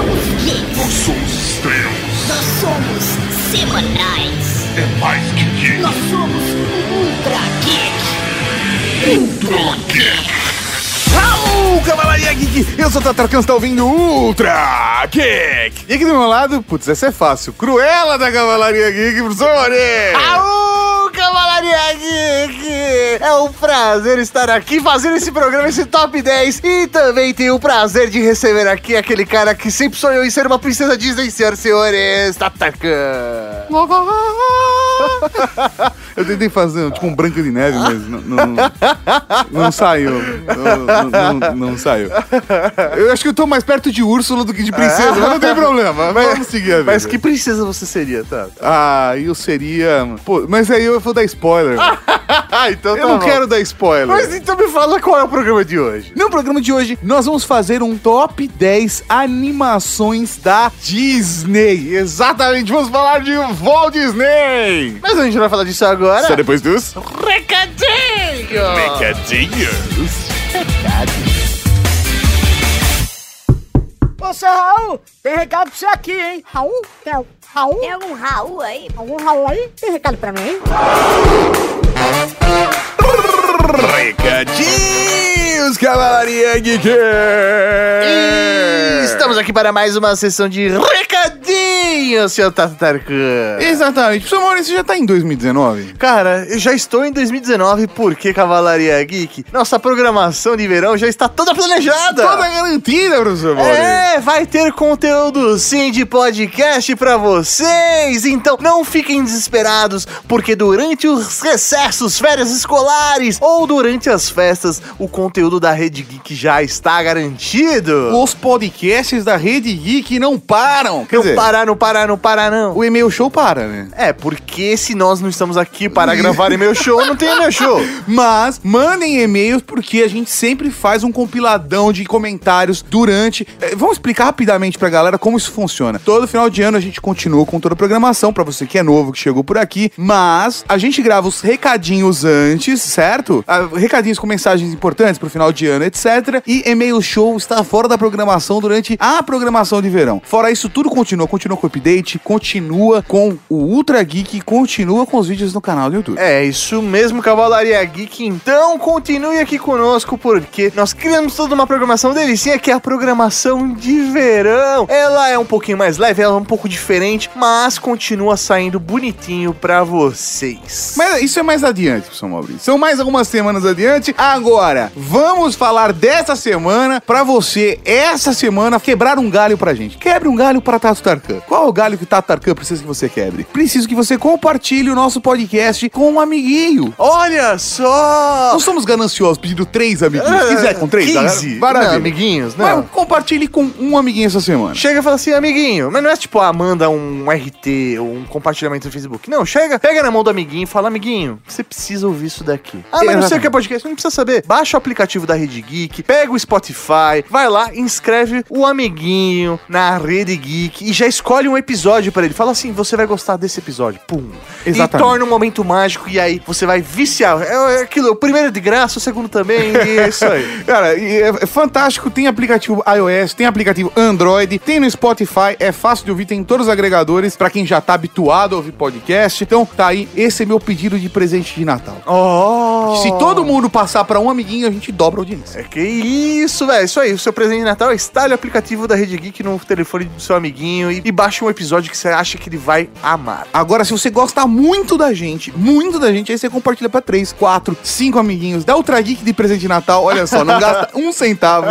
É Maria Geek, eu sou o Tatarcan, está ouvindo Ultra Geek. E aqui do meu lado, putz, essa é fácil, Cruela da Cavalaria Geek, professor Moreira. Aú, Cavalaria Geek! É um prazer estar aqui fazendo esse programa, esse Top 10. E também tenho o prazer de receber aqui aquele cara que sempre sonhou em ser uma princesa Disney, senhoras e senhores, Tatarkan. Eu tentei fazer tipo um Branca de Neve, mas não, não, não saiu. Não, não- não- não saiu. Eu acho que eu tô mais perto de Úrsula do que de princesa, mas não tem problema. vamos seguir a vida. Mas que princesa você seria, Tata? Ah, eu seria... Pô, mas aí eu vou dar spoiler. Ah, então eu não quero dar spoiler. Mas então me fala qual é o programa de hoje. No programa de hoje, nós vamos fazer um top 10 animações da Disney. Exatamente, vamos falar de Walt Disney. é Mas a gente não vai falar disso agora. depois dos... Recadinho! Recadinhos. Ô, seu Raul, tem recado pra você aqui, hein? Raul? Tem al- um Raul? Tem algum Raul aí? Algum Raul aí? Tem recado pra mim, hein? Recadinhos, Cavalaria Geek. E É. Estamos aqui para mais uma sessão de recadinho, seu Tatarkan. Exatamente. Professor Maurício já tá em 2019? Cara, eu já estou em 2019 porque Cavalaria Geek, nossa programação de verão já está toda É planejada. Toda garantida, professor Maurício. É, vai ter conteúdo sim de podcast pra vocês. Então não fiquem desesperados, porque durante os recessos, férias escolares ou durante as festas, o conteúdo da Rede Geek já está garantido. Os podcasts da Rede Geek não param. Quer Não dizer, parar, não parar, não parar, não. o e-mail show para, né? É, porque se nós não estamos aqui para gravar e meu show, não tem meu show. Mas mandem e-mails porque a gente sempre faz um compiladão de comentários durante. Eh, Vamos explicar rapidamente pra galera como isso funciona. Todo final de ano a gente continua com toda a programação pra você que é novo, que chegou por aqui, mas a gente grava os recadinhos antes, certo? Ah, Recadinhos com mensagens importantes pro final de ano, etc. E e-mail show está fora da programação durante a programação de verão. Fora isso, tudo continua, continua com o update, continua com o Ultra Geek, continua com os vídeos no canal do YouTube. É isso mesmo, Cavalaria Geek. Então continue aqui conosco, porque nós criamos toda uma programação delicinha que é a programação de verão. Ela é um pouquinho mais leve, ela é um pouco diferente, mas continua saindo bonitinho pra vocês. Mas isso é mais adiante, professor Maurício. São mais algumas semanas adiante. Agora, vamos falar dessa semana pra você, essa semana, quebrar um galho pra gente. Quebre um galho pra Tato Tarkan. Qual é o galho que Tato Tarkan precisa que você quebre? Preciso que você compartilhe o nosso podcast com um amiguinho. Olha só! Nós somos gananciosos pedindo três amiguinhos. Se quiser com três, 15. galera, É, Não, maravilha. amiguinhos, não. Mas compartilhe com um amiguinho essa semana. Chega e fala assim, amiguinho, mas não é tipo, ah, manda um RT ou um compartilhamento no Facebook. Não, chega, pega na mão do amiguinho e fala, amiguinho, você precisa ouvir isso daqui. Ah, mas não sei o que é podcast, não precisa saber. Baixa o aplicativo da Rede Geek, pega o Spotify, vai lá, inscreve o amiguinho na Rede Geek e já escolhe um episódio pra ele. Fala assim, você vai gostar desse episódio. Pum. Exatamente. E torna um momento mágico e aí você vai viciar. É aquilo, o primeiro é de graça, o segundo também, e é isso aí. Cara, e é, é fantástico. Tem aplicativo iOS, tem aplicativo Android, tem no Spotify. É fácil de ouvir, tem em todos os agregadores. Pra quem já tá habituado a ouvir podcast. Então, tá aí. Esse é meu pedido de presente de Natal. Oh. Se todo mundo passar pra um amiguinho, a gente dobra a audiência. É que isso, velho. Isso aí. O seu presente de Natal é instale o aplicativo da Rede Geek no telefone do seu amiguinho e, e baixe um episódio que você acha que ele vai amar. Agora, se você gosta muito da gente, muito da gente, aí você compartilha pra três, quatro, cinco amiguinhos. Dá Ultra Geek de presente de Natal. Olha só, não gasta um centavo.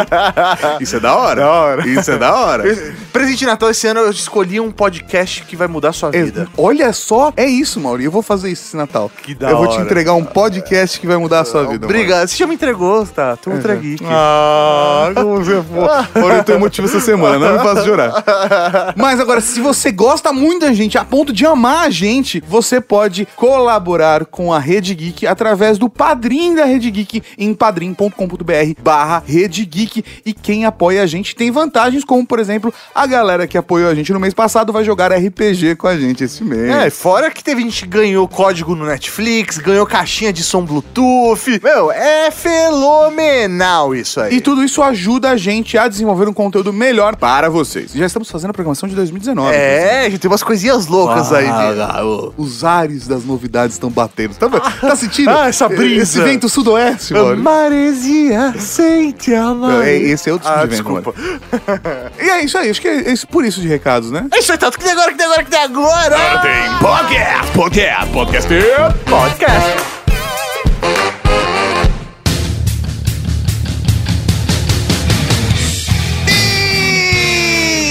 Isso é da hora. Isso é da hora. Esse- Presente de Natal esse ano eu escolhi um podcast que vai mudar a sua É, vida. olha só, é isso, Mauri. Eu vou fazer isso esse Natal. Que da Eu vou te hora. É, entregar um podcast que vai mudar a sua vida. Obrigado. Você já me entregou, tá? Tu ultra geek. Mauri. Ah, como você for. Mauri, eu tô emotivo essa semana, não me faço chorar. Mas agora, se você gosta muito da gente, a ponto de amar a gente, você pode colaborar com a Rede Geek através do padrinho da Rede Geek em padrim.com.br barra Rede Geek. E quem apoia a gente tem vantagens, como, por exemplo, a galera que apoiou a gente no mês passado vai jogar RPG com a gente esse mês. É, fora que teve gente que ganhou código no Netflix, ganhou caixinha de som Bluetooth. Meu, é fenomenal isso aí. E tudo isso ajuda a gente a desenvolver um conteúdo melhor para vocês. Já estamos fazendo a programação de 2019. gastronômicas. É, gente, tem umas coisinhas loucas aí. né? Ah, viu? garoto. Os ares das novidades estão batendo. Tá, vendo? tá sentindo? Ah, essa brisa. Ah, Esse vento sudoeste, mano. Maresia, sente a É, Esse é outro tipo Ah, de vento, desculpa. mano. E é isso aí, acho que é isso por isso de recados, né? É isso aí, tanto que tem agora, que tem agora, que tem agora. Tem podcast, podcast, podcast. Podcast.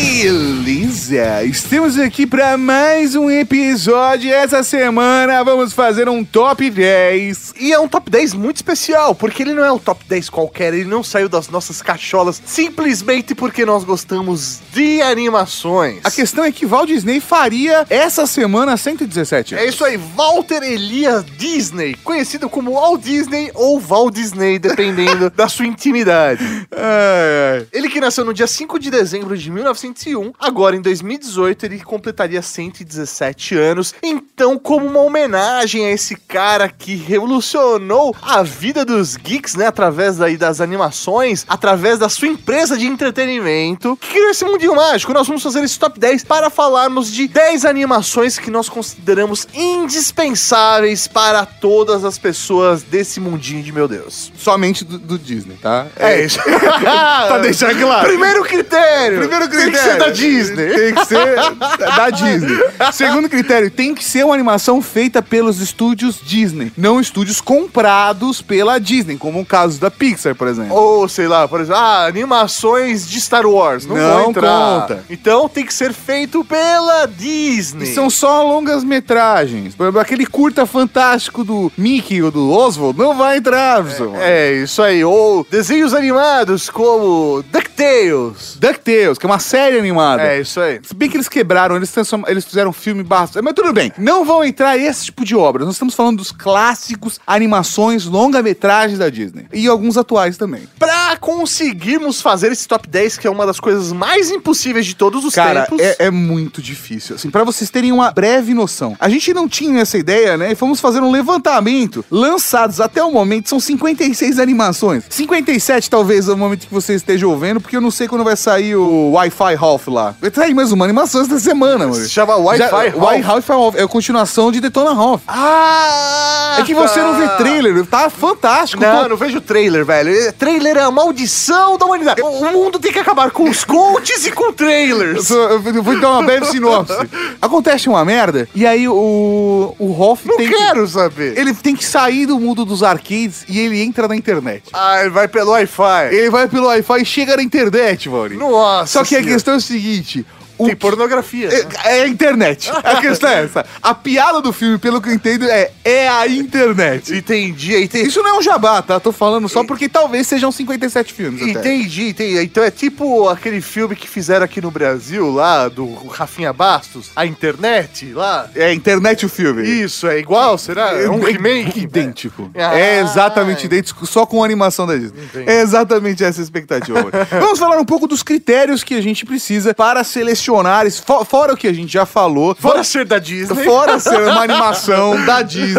Beleza! Estamos aqui para mais um episódio. Essa semana vamos fazer um top 10. E é um top 10 muito especial, porque ele não é um top 10 qualquer, ele não saiu das nossas cacholas simplesmente porque nós gostamos de animações. A questão é que Walt Disney faria essa semana 117 É anos. isso aí, Walter Elias Disney, conhecido como Walt Disney ou Walt Disney, dependendo da sua intimidade. Ai, ai. Ele que nasceu no dia 5 de dezembro de 1901, agora em 2018 ele completaria 117 anos. Então, como uma homenagem a esse cara que revolucionou a vida dos geeks, né, através aí das animações, através da sua empresa de entretenimento, que criou esse mundinho mágico, nós vamos fazer esse top 10 para falarmos de 10 animações que nós consideramos indispensáveis para todas as pessoas desse mundinho de meu Deus. Somente do, do Disney, tá? isso. Pra deixar claro. Primeiro critério! Primeiro Tem critério. que ser da Disney. Tem que ser da Disney. Segundo critério, tem que ser uma animação feita pelos estúdios Disney, não estúdios comprados pela Disney, como o caso da Pixar, por exemplo. Ou, sei lá, por exemplo, ah, animações de Star Wars. Não, Não vou entrar. conta. Então tem que ser feito pela Disney. E são só longas metragens. Por exemplo, aquele curta fantástico do Mickey ou do Oswald não vai entrar, professor. É, isso aí. Ou desenhos animados como DuckTales. DuckTales, que é uma série animada. É, isso aí. Se bem que eles quebraram, eles, transforma- eles fizeram um filme basta. Mas tudo bem, não vão entrar esse tipo de obras. Nós estamos falando dos clássicos, animações, longa-metragens da Disney. E alguns atuais também. Pra conseguirmos fazer esse top 10, que é uma das coisas mais impossíveis de todos os Cara, tempos. é, é muito difícil. Assim, para vocês terem uma breve noção. A gente não tinha essa ideia, né? E fomos fazer um levantamento. Lançados até o momento, são 56 animações. 57, talvez, no momento que você esteja ouvindo, porque eu não sei quando vai sair o Wi-Fi Half lá. Vai sair mais uma animação esta semana, mano. Se chama Wi-Fi Já- Half. Wi-Fi Half. É a continuação de Detona Half. Ah! É que você não vê trailer, tá fantástico. Não, pô. não vejo trailer, velho. É, Trailer é a maldição da humanidade. O o mundo tem que acabar com os contes e com Eu, trailers. sou- eu vou dar uma breve sinopse. Acontece uma merda, e aí o, o Hoff Não tem que- quero saber. Ele tem que sair do mundo dos arcades e ele entra na internet. Ah, ele vai pelo Wi-Fi. Ele vai pelo Wi-Fi e chega na internet, Mauri. Nossa. Só que a senhora. questão é o seguinte. O Tem que- pornografia. né? É, é a internet. A questão é essa. A piada do filme, pelo que eu entendo, é, é a internet. Entendi, entendi. Isso não é um jabá, tá? Tô falando só porque talvez sejam 57 filmes até. Entendi, entendi. Então é tipo aquele filme que fizeram aqui no Brasil, lá, do Rafinha Bastos, a internet, lá. É internet o filme. Isso, é igual, será? É um É remake? Idêntico. Ah. é exatamente idêntico, só com a animação da Disney. É exatamente essa a expectativa. Mauri. Vamos falar um pouco dos critérios que a gente precisa para selecionar, isso, fo- fora o que a gente já falou. Fora ser da Disney. Fora ser uma animação da Disney.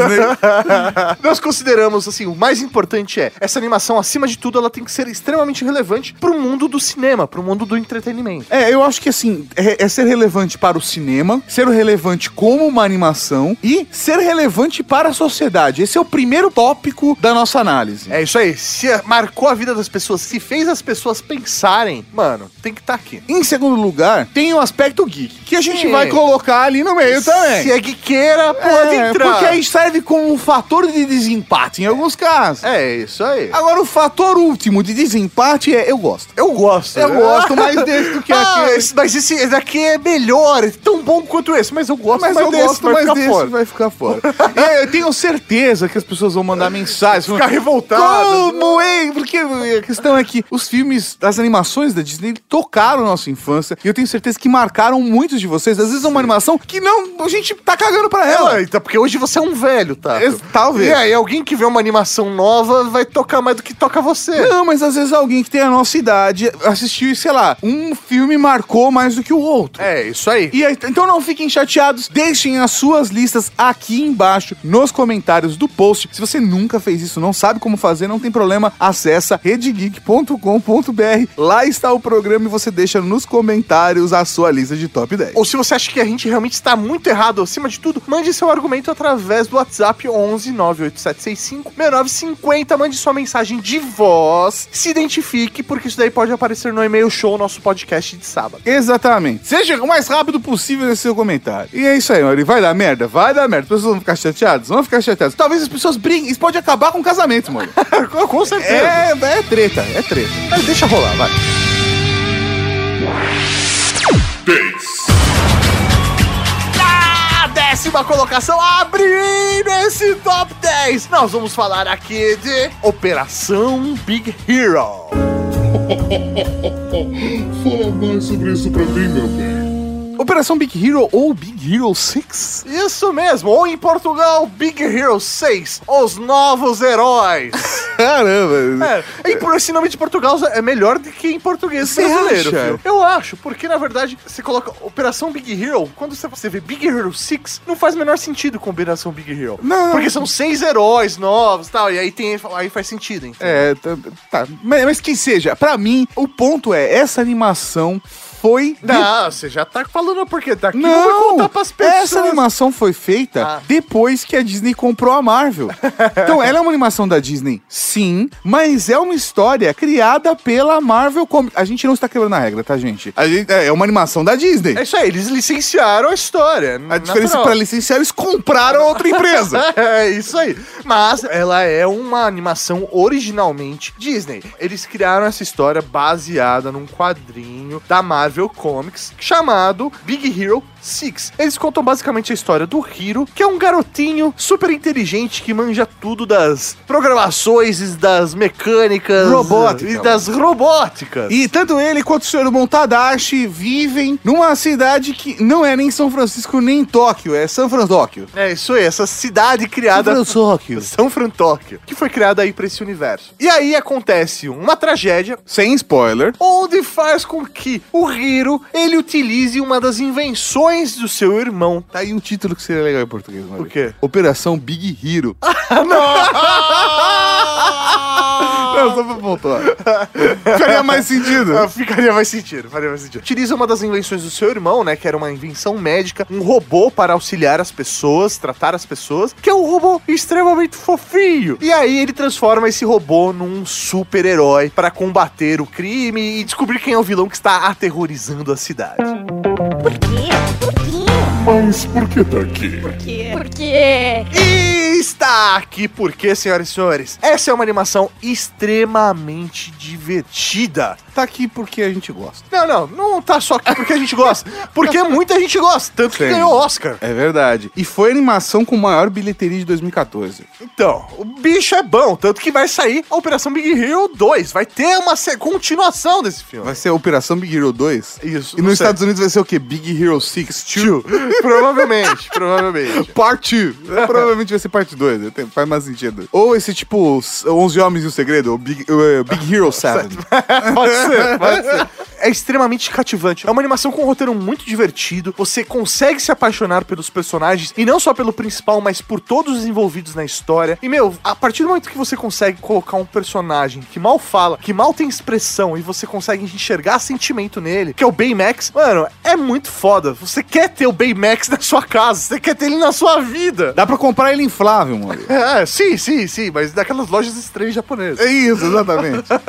Nós consideramos, assim, o mais importante é, essa animação, acima de tudo, ela tem que ser extremamente relevante pro mundo do cinema, pro mundo do entretenimento. É, eu acho que assim, é, é ser relevante para o cinema, ser relevante como uma animação e ser relevante para a sociedade. Esse é o primeiro tópico da nossa análise. É isso aí. Se é- marcou a vida das pessoas, se fez as pessoas pensarem, mano, tem que estar aqui. Em segundo lugar, tem o aspecto geek, que a gente Sim. vai colocar ali no meio também. Se é guiqueira, pode É, entrar. porque aí serve como um fator de desempate em alguns casos. É isso aí. Agora, o fator último de desempate é Ah, eu gosto. Eu gosto. Eu gosto mais desse do que ah, aquele. esse, mas esse, esse daqui é melhor, é tão bom quanto esse, mas eu gosto Mas mais eu desse, gosto vai mais ficar desse, fora. vai ficar fora. É, eu tenho certeza que as pessoas vão mandar mensagens. Ficar revoltado. Como, hein? Porque a questão é que os filmes, as animações da Disney tocaram nossa infância e eu tenho certeza que marcaram muitos de vocês. Às vezes é uma animação que não, a gente tá cagando pra ela. É, então, porque hoje você é um velho, tá? Esse- talvez. E aí, alguém que vê uma animação nova vai tocar mais do que toca você. Não, mas às vezes alguém que tem a nossa idade assistiu e, sei lá, um filme marcou mais do que o outro. É, isso aí. E aí, então não fiquem chateados, deixem as suas listas aqui embaixo nos comentários do post. Se você nunca fez isso, não sabe como fazer, não tem problema, acessa redegeek.com.br. Lá está o programa e você deixa nos comentários as sua lista de top 10. Ou se você acha que a gente realmente está muito errado acima de tudo, mande seu argumento através do WhatsApp 11 98765 6950. Mande sua mensagem de voz. Se identifique, porque isso daí pode aparecer no e-mail show, nosso podcast de sábado. Exatamente. Seja o mais rápido possível nesse seu comentário. E é isso aí, Mauri. Vai dar merda? Vai dar merda. As pessoas vão ficar chateadas? Vão ficar chateadas. Talvez as pessoas briguem. Isso pode acabar com o casamento, Mauri. Com certeza. É, é treta, é treta. Mas deixa rolar, vai. A décima colocação abrindo esse top 10. Nós vamos falar aqui de Operação Big Hero. Fala mais sobre isso pra mim, meu bem. Operação Big Hero ou Big Hero 6? Isso mesmo, ou em Portugal, Big Hero 6, os novos heróis. Caramba. É, e por esse nome de Portugal é melhor do que em português Você brasileiro. acha? viu? Eu acho, porque na verdade você coloca Operação Big Hero, quando você- você vê Big Hero 6, não faz o menor sentido combinação Big Hero. Não, não. Porque são seis heróis novos e tal, e aí, tem, aí faz sentido, então. É, tá. tá. Mas, mas que seja, pra mim, o ponto é, essa animação foi... Não, você já tá falando porque daqui Não, eu vou contar pras pessoas. essa animação foi feita Ah. depois que a Disney comprou a Marvel. então, ela é uma animação da Disney, sim, mas é uma história criada pela Marvel Comics. A gente não está quebrando a regra, tá, gente? A gente- é uma animação da Disney. É isso aí, eles licenciaram a história. A diferença é para licenciar, eles compraram outra empresa. É isso aí. Mas ela é uma animação originalmente Disney. Eles criaram essa história baseada num quadrinho da Marvel Comics chamado Big Hero 6. Eles contam basicamente a história do Hiro, que é um garotinho super inteligente que manja tudo das programações, e das mecânicas Robótica. e das robóticas. E tanto ele quanto o senhor Montadashi vivem numa cidade que não é nem São Francisco nem Tóquio, é São Francisco. É isso aí, essa cidade criada Francisco. São Frantóquio, que foi criada aí pra esse universo. E aí acontece uma tragédia Sem spoiler. onde faz com que o Hiro ele utilize uma das invenções do seu irmão. Tá aí um título que seria legal em português, mano. O quê? Operação Big Hero. Não, só pra pontuar. Faria mais sentido. Ah, Ficaria mais sentido, faria mais sentido. Utiliza uma das invenções do seu irmão, né? Que era uma invenção médica, um robô para auxiliar as pessoas, tratar as pessoas, que é um robô extremamente fofinho. E aí ele transforma esse robô num super-herói para combater o crime e descobrir quem é o vilão que está aterrorizando a cidade. Mas por que tá aqui? Porque E está aqui porque, senhoras e senhores, essa é uma animação extremamente divertida. Tá aqui porque a gente gosta. Não, não, não tá só aqui porque a gente gosta. Porque muita gente gosta, tanto que Sim. ganhou Oscar. É verdade. E foi a animação com maior bilheteria de 2014. Então, o bicho é bom, tanto que vai sair a Operação Big Hero 2. Vai ter uma se- continuação desse filme. Vai ser Operação Big Hero 2? Isso, E não nos sei. Estados Unidos vai ser o quê? Big Hero 6 2? provavelmente, provavelmente. Part 2. Provavelmente vai ser parte 2, né? Tem- faz mais sentido. Ou esse tipo, os 11 Homens e o Segredo, ou Big, eh, Big Hero 7. Pode ser, pode ser. É extremamente cativante. É uma animação com um roteiro muito divertido. Você consegue se apaixonar pelos personagens e não só pelo principal, mas por todos os envolvidos na história. E, meu, a partir do momento que você consegue colocar um personagem que mal fala, que mal tem expressão e você consegue enxergar sentimento nele, que é o Baymax, mano, é muito foda. Você quer ter o Baymax na sua casa, você quer ter ele na sua vida. Dá pra comprar ele inflável, mano. É, sim, sim, sim, mas daquelas lojas estranhas japonesas. É isso, exatamente.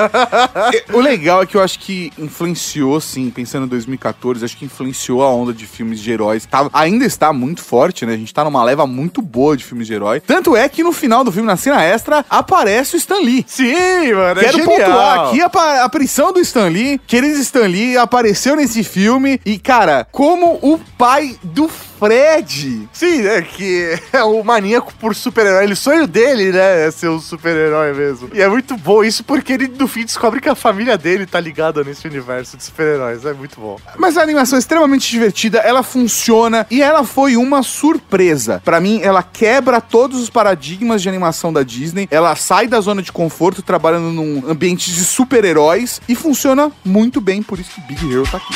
E o legal é que eu acho que influenciou, sim, pensando em 2014, acho que influenciou a onda de filmes de heróis. Tava- ainda está muito forte, né? A gente tá numa leva muito boa de filmes de herói. Tanto é que no final do filme, na cena extra, aparece o Stan Lee. Sim, mano, é Quero pontuar aqui aqui a, pa- a prisão do Stan Lee. Querido Stan Lee apareceu nesse filme e, cara, como o pai do Fred. Sim, é que é o maníaco por super-herói. Ele o sonho dele, né? É ser um super-herói mesmo. E é muito bom isso porque ele no fim descobre que a família dele tá ligada nesse universo de super-heróis. É muito bom. Mas a animação é extremamente divertida, ela funciona e ela foi uma surpresa. Pra mim, ela quebra todos os paradigmas de animação da Disney. Ela sai da zona de conforto trabalhando num ambiente de super-heróis e funciona muito bem, por isso que Big Hero tá aqui.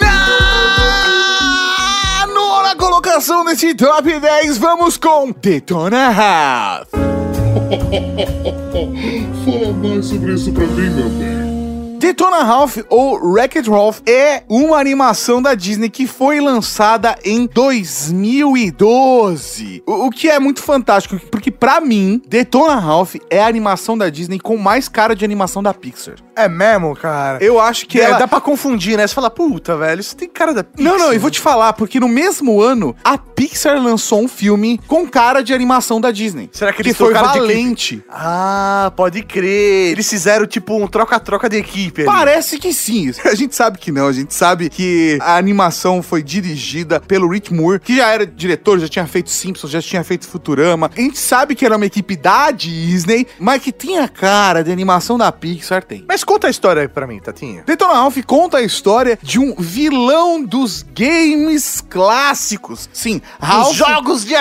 Na nona colocação desse top 10, vamos com Detona Half. Fala mais sobre isso pra mim, meu bem. Detona Ralph ou Wreck-It Ralph é uma animação da Disney que foi lançada em 2012. O, o que é muito fantástico, porque pra mim, Detona Ralph é a animação da Disney com mais cara de animação da Pixar. É mesmo, cara? Eu acho que é, ela... dá pra confundir, né? Você fala, puta, velho, isso tem cara da Não, não, Pixar. e vou te falar, porque no mesmo ano, a Pixar lançou um filme com cara de animação da Disney. Será que Que eles foi trocaram de equipe? valente. Ah, pode crer. Eles fizeram tipo um troca-troca de equipe ali. Parece que sim. A gente sabe que não. A gente sabe que a animação foi dirigida pelo Rich Moore, que já era diretor, já tinha feito Simpsons, já tinha feito Futurama. A gente sabe que era uma equipe da Disney, mas que tinha cara de animação da Pixar, tem. Mas conta a história aí pra mim, Tatinha. Detona Ralph conta a história de um vilão dos games clássicos. Sim, Ralph... de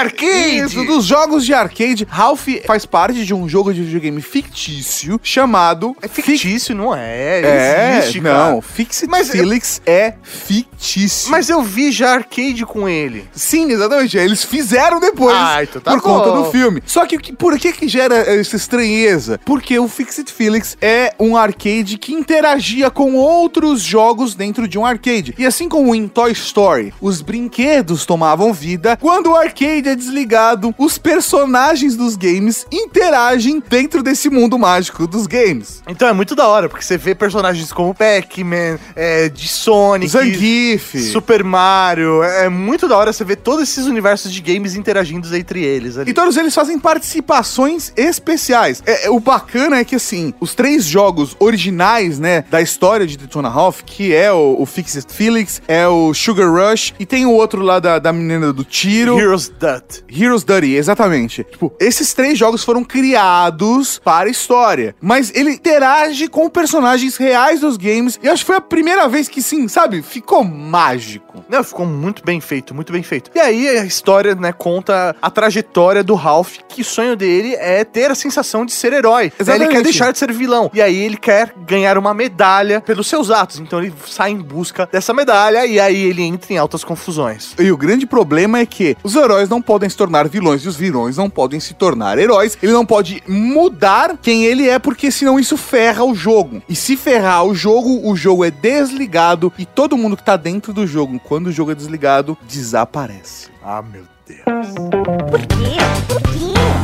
Isso, dos jogos de arcade. Ralph faz parte de um jogo de videogame fictício chamado. É fictício, não é? É, Existe, cara. não. Fix Mas eu- Felix é fictício. Mas eu vi já arcade com ele. Sim, exatamente. Eles fizeram depois. Ah, então tá por bom. conta do filme. Só que, o que- por que que gera essa estranheza? Porque o Fixit Felix é um arcade que interagia com outros jogos dentro de um arcade. E assim como em Toy Story, os brinquedos tomavam vida, quando o arcade é desligado, os personagens dos games interagem dentro desse mundo mágico dos games. Então é muito da hora, porque você vê personagens como Pac-Man, é, de Sonic, Zangief. Super Mario. É é muito da hora você ver todos esses universos de games interagindo entre eles ali. E todos eles fazem participações especiais. É, é, o bacana é que, assim, os três jogos originais, né, da história de Detona Ralph, que é o, o Fixed Felix, é o Sugar Rush, e tem o outro lá da, da menina do tiro. Heroes Dut. Heroes Dirty, exatamente. Tipo, esses três jogos foram criados para a história, mas ele interage com personagens reais dos games, e acho que foi a primeira vez que, sim, sabe, ficou mágico. Não, ficou muito bem feito, muito bem feito. E aí a história, né, conta a trajetória do Ralph, que o sonho dele é ter a sensação de ser herói. Né, Exatamente. Ele quer deixar de ser vilão. E aí ele quer ganhar uma medalha pelos seus atos. Então ele sai em busca dessa medalha e aí ele entra em altas confusões. E o grande problema é que os heróis não podem se tornar vilões e os vilões não podem se tornar heróis. Ele não pode mudar quem ele é, porque senão isso ferra o jogo. E se ferrar o jogo, o jogo é desligado e todo mundo que tá dentro do jogo, quando o jogo é desligado, desaparece. Ah, meu Deus.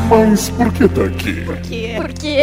Mas por que tá aqui? Porque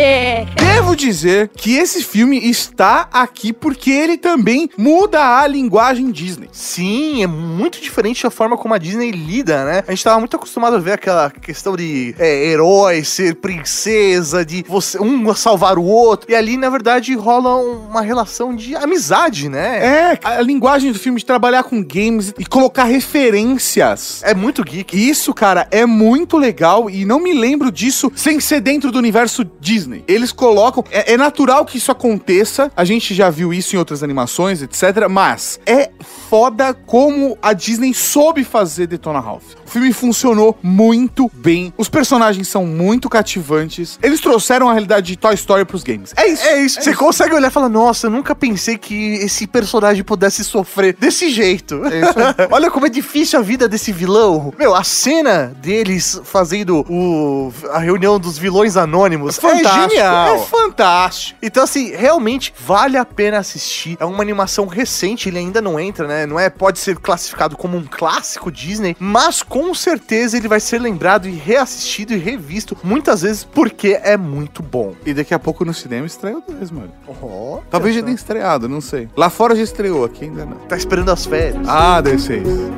Devo dizer que esse filme está aqui porque ele também muda a linguagem Disney. Sim, é muito diferente a forma como a Disney lida, né? A gente tava muito acostumado a ver aquela questão de é, herói, ser princesa, de você um salvar o outro. E ali, na verdade, rola uma relação de amizade, né? É, a linguagem do filme de trabalhar com games e colocar referências É muito geek. Isso, cara, é muito legal e não me lembro disso sem ser dentro do universo Disney. Eles colocam. É, é natural que isso aconteça, a gente já viu isso em outras animações, etc. Mas é foda como a Disney soube fazer Detona Ralph. O filme funcionou muito bem, os personagens são muito cativantes, eles trouxeram a realidade de Toy Story pros games. É isso. É isso, você consegue olhar e falar, nossa, eu nunca pensei que esse personagem pudesse sofrer desse jeito. Olha como é difícil a vida desse vilão. Meu, a cena deles fazendo o, a reunião dos vilões anônimos é Fantástico. genial. é fantástico. Então, assim, realmente vale a pena assistir. É uma animação recente, ele ainda não entra, né? Não é, pode ser classificado como um clássico Disney, mas com certeza ele vai ser lembrado e reassistido e revisto muitas vezes porque é muito bom. E daqui a pouco no cinema estreia o 2, mano. Oh, Talvez já tenha estreado, não sei. Lá fora já estreou, aqui ainda não. Tá esperando as férias. Ah, deve ser isso.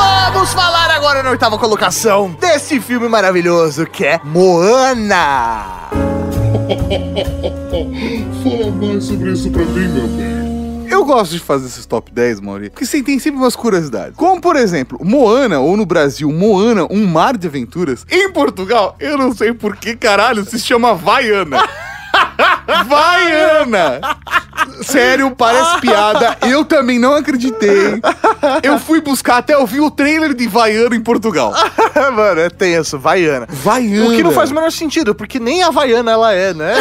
Ah. Vamos falar agora na oitava colocação desse filme maravilhoso que é Moana. Fala mais sobre isso pra mim, meu bem. Eu gosto de fazer esses top 10, Mauri, porque você tem sempre umas curiosidades. Como, por exemplo, Moana, ou no Brasil, Moana, um mar de aventuras. Em Portugal, eu não sei por que caralho se chama Vaiana. Vaiana! Sério, parece piada. Eu também não acreditei. Eu fui buscar até ouvir o trailer de Vaiano em Portugal. Mano, é tenso, vaiana. Vaiana. O que não faz o menor sentido, porque nem a Havaiana ela é, né?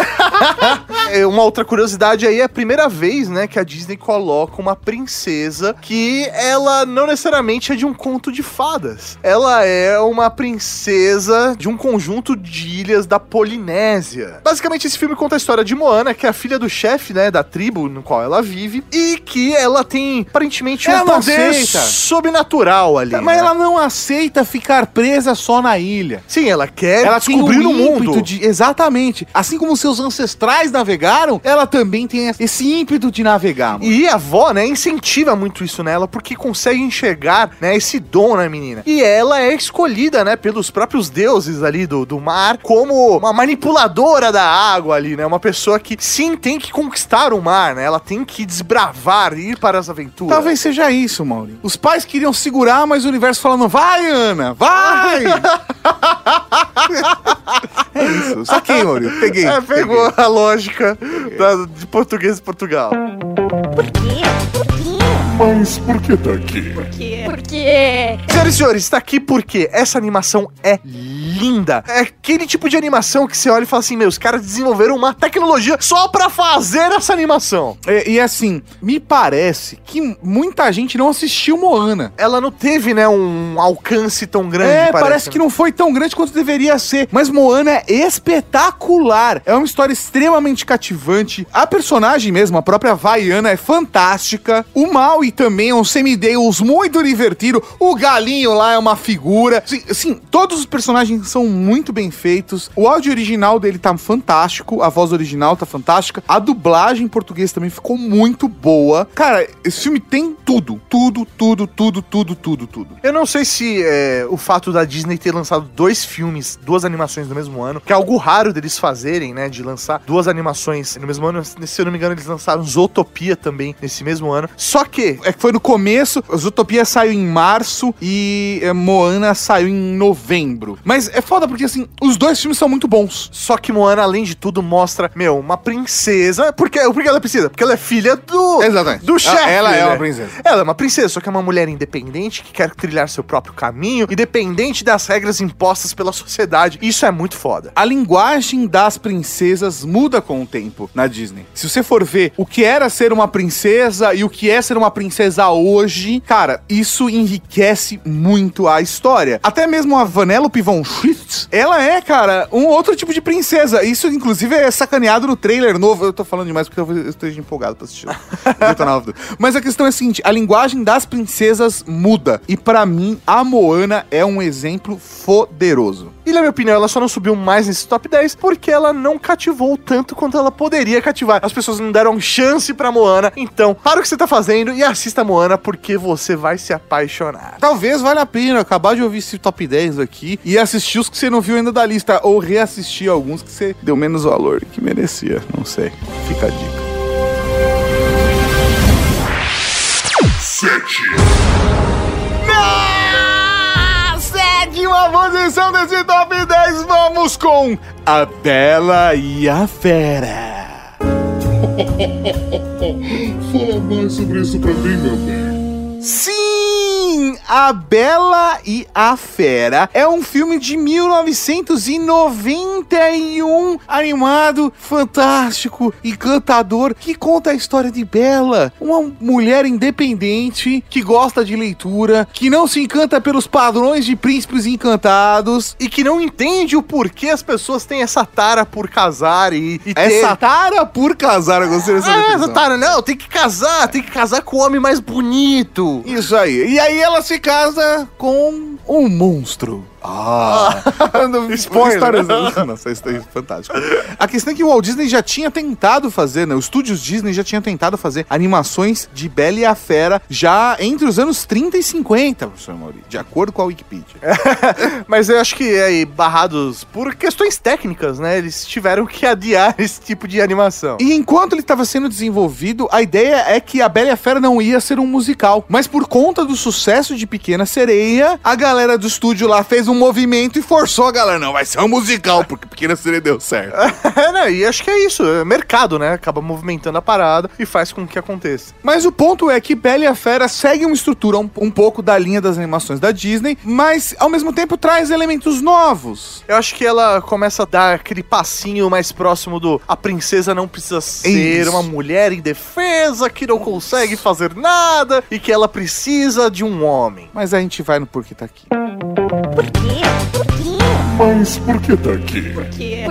É, uma outra curiosidade aí é a primeira vez, né, que a Disney coloca uma princesa que ela não necessariamente é de um conto de fadas. Ela é uma princesa de um conjunto de ilhas da Polinésia. Basicamente, esse filme conta a história de Moana, que é a filha do chefe, né, da tribo no qual ela vive, e que ela tem aparentemente um Ela poder aceita. sobrenatural ali. Mas né? ela não aceita ficar presa só na ilha. Sim, ela quer Ela um descobrir descobriu o mundo. exatamente. Assim como seus ancestrais navegaram, ela também tem esse ímpeto de navegar. mano. E a avó, né, incentiva muito isso nela, porque consegue enxergar, né, esse dom na menina. E ela é escolhida, né, pelos próprios deuses ali do, do mar, como uma manipuladora da água ali, né, uma pessoa que, sim, tem que conquistar o mar, né, ela tem que desbravar, ir para as aventuras. Talvez seja isso, Mauri. Os pais queriam segurar, mas o universo falando: vai, Ana, vai! é isso. Saquei, Mauri. Peguei. É, pegou a lógica da- de português e Portugal. Mas por que tá aqui? Porque. Senhoras e senhores, está aqui porque essa animação é linda. É aquele tipo de animação que você olha e fala assim: meu, os caras desenvolveram uma tecnologia só pra fazer essa animação. E, e assim, me parece que muita gente não assistiu Moana. Ela não teve, né, um alcance tão grande. né? é, parece, que não foi tão grande quanto deveria ser. Mas Moana é espetacular. É uma história extremamente cativante. A personagem mesmo, a própria Vaiana, é fantástica. O Maui também é um semideus muito divertido. O galinho lá é uma figura. Sim, assim, todos os personagens são muito bem feitos. O áudio original dele tá fantástico. A voz original tá fantástica. A dublagem em português também ficou muito boa. Cara, esse filme tem tudo. Tudo, tudo, tudo, tudo, tudo, tudo. Eu não sei se é, o fato da Disney ter lançado dois filmes, duas animações no mesmo ano, que é algo raro deles fazerem, né? De lançar duas animações no mesmo ano. Se eu não me engano, eles lançaram Zootopia também nesse mesmo ano. Só que É que foi no começo, Zootopia saiu em março e é, Moana saiu em novembro. Mas é foda porque, assim, os dois filmes são muito bons. Só que Moana, além de tudo, mostra, meu, uma princesa. Por que, por que ela é princesa? Porque ela é filha do. Exatamente. Do Ela- chefe. ela é né? uma princesa. Ela é uma princesa, só que é uma mulher independente que quer trilhar seu próprio caminho, independente das regras impostas pela sociedade. Isso é muito foda. A linguagem das princesas muda com o tempo na Disney. Se você for ver o que era ser uma princesa e o que é ser uma princesa hoje, cara, isso enriquece muito a história. Até mesmo a Vanellope von Schlicht, ela é, cara, um outro tipo de princesa. Isso, inclusive, é sacaneado no trailer novo. Eu tô falando demais porque talvez eu esteja empolgado pra assistir. Eu tô na dúvida. Mas a questão é a seguinte, a linguagem das princesas muda. E pra mim, a Moana é um exemplo foderoso. E na minha opinião, ela só não subiu mais nesse top 10 porque ela não cativou tanto quanto ela poderia cativar. As pessoas não deram chance pra Moana. Então, para o que você tá fazendo e assista a Moana porque você vai se apaixonar. Talvez valha a pena acabar de ouvir esse top 10 aqui e assistir os que você não viu ainda da lista, ou reassistir alguns que você deu menos valor que merecia. Não sei. Fica a dica. Sétima é posição desse top 10, vamos com A Bela e a Fera. Fala mais sobre isso pra mim, meu bem. Sim! A Bela e a Fera é um filme de 1991, animado, fantástico, encantador, que conta a história de Bela, uma mulher independente que gosta de leitura, que não se encanta pelos padrões de príncipes encantados. e que não entende o porquê as pessoas têm essa tara por casar e, e ter... Essa tara por casar, eu gostei dessa Ah, essa definição. tara, não, tem que casar, tem que casar com o homem mais bonito. Isso aí. E aí ela se casa com um monstro. Ah! Spoiler! Nossa, isso é fantástico. A questão é que o Walt Disney já tinha tentado fazer, né? Os estúdios Disney já tinham tentado fazer animações de Bela e a Fera já entre os anos 30 e 50, professor Mauri, de acordo com a Wikipedia. Mas eu acho que é aí, barrados por questões técnicas, né? Eles tiveram que adiar esse tipo de animação. E enquanto ele estava sendo desenvolvido, a ideia é que a Bela e a Fera não ia ser um musical. Mas por conta do sucesso de Pequena Sereia, a galera do estúdio lá fez um movimento e forçou a galera. Não, vai ser um musical, porque Pequena Sereia deu certo. É, né? E acho que é isso. É mercado, né? Acaba movimentando a parada e faz com que aconteça. Mas o ponto é que Bela e a Fera segue uma estrutura um, um pouco da linha das animações da Disney, mas ao mesmo tempo traz elementos novos. Eu acho que ela começa a dar aquele passinho mais próximo do a princesa não precisa ser Isso. uma mulher indefesa que não consegue fazer nada e que ela precisa de um homem. Mas a gente vai no porquê tá aqui. Mas por que tá aqui? Porque.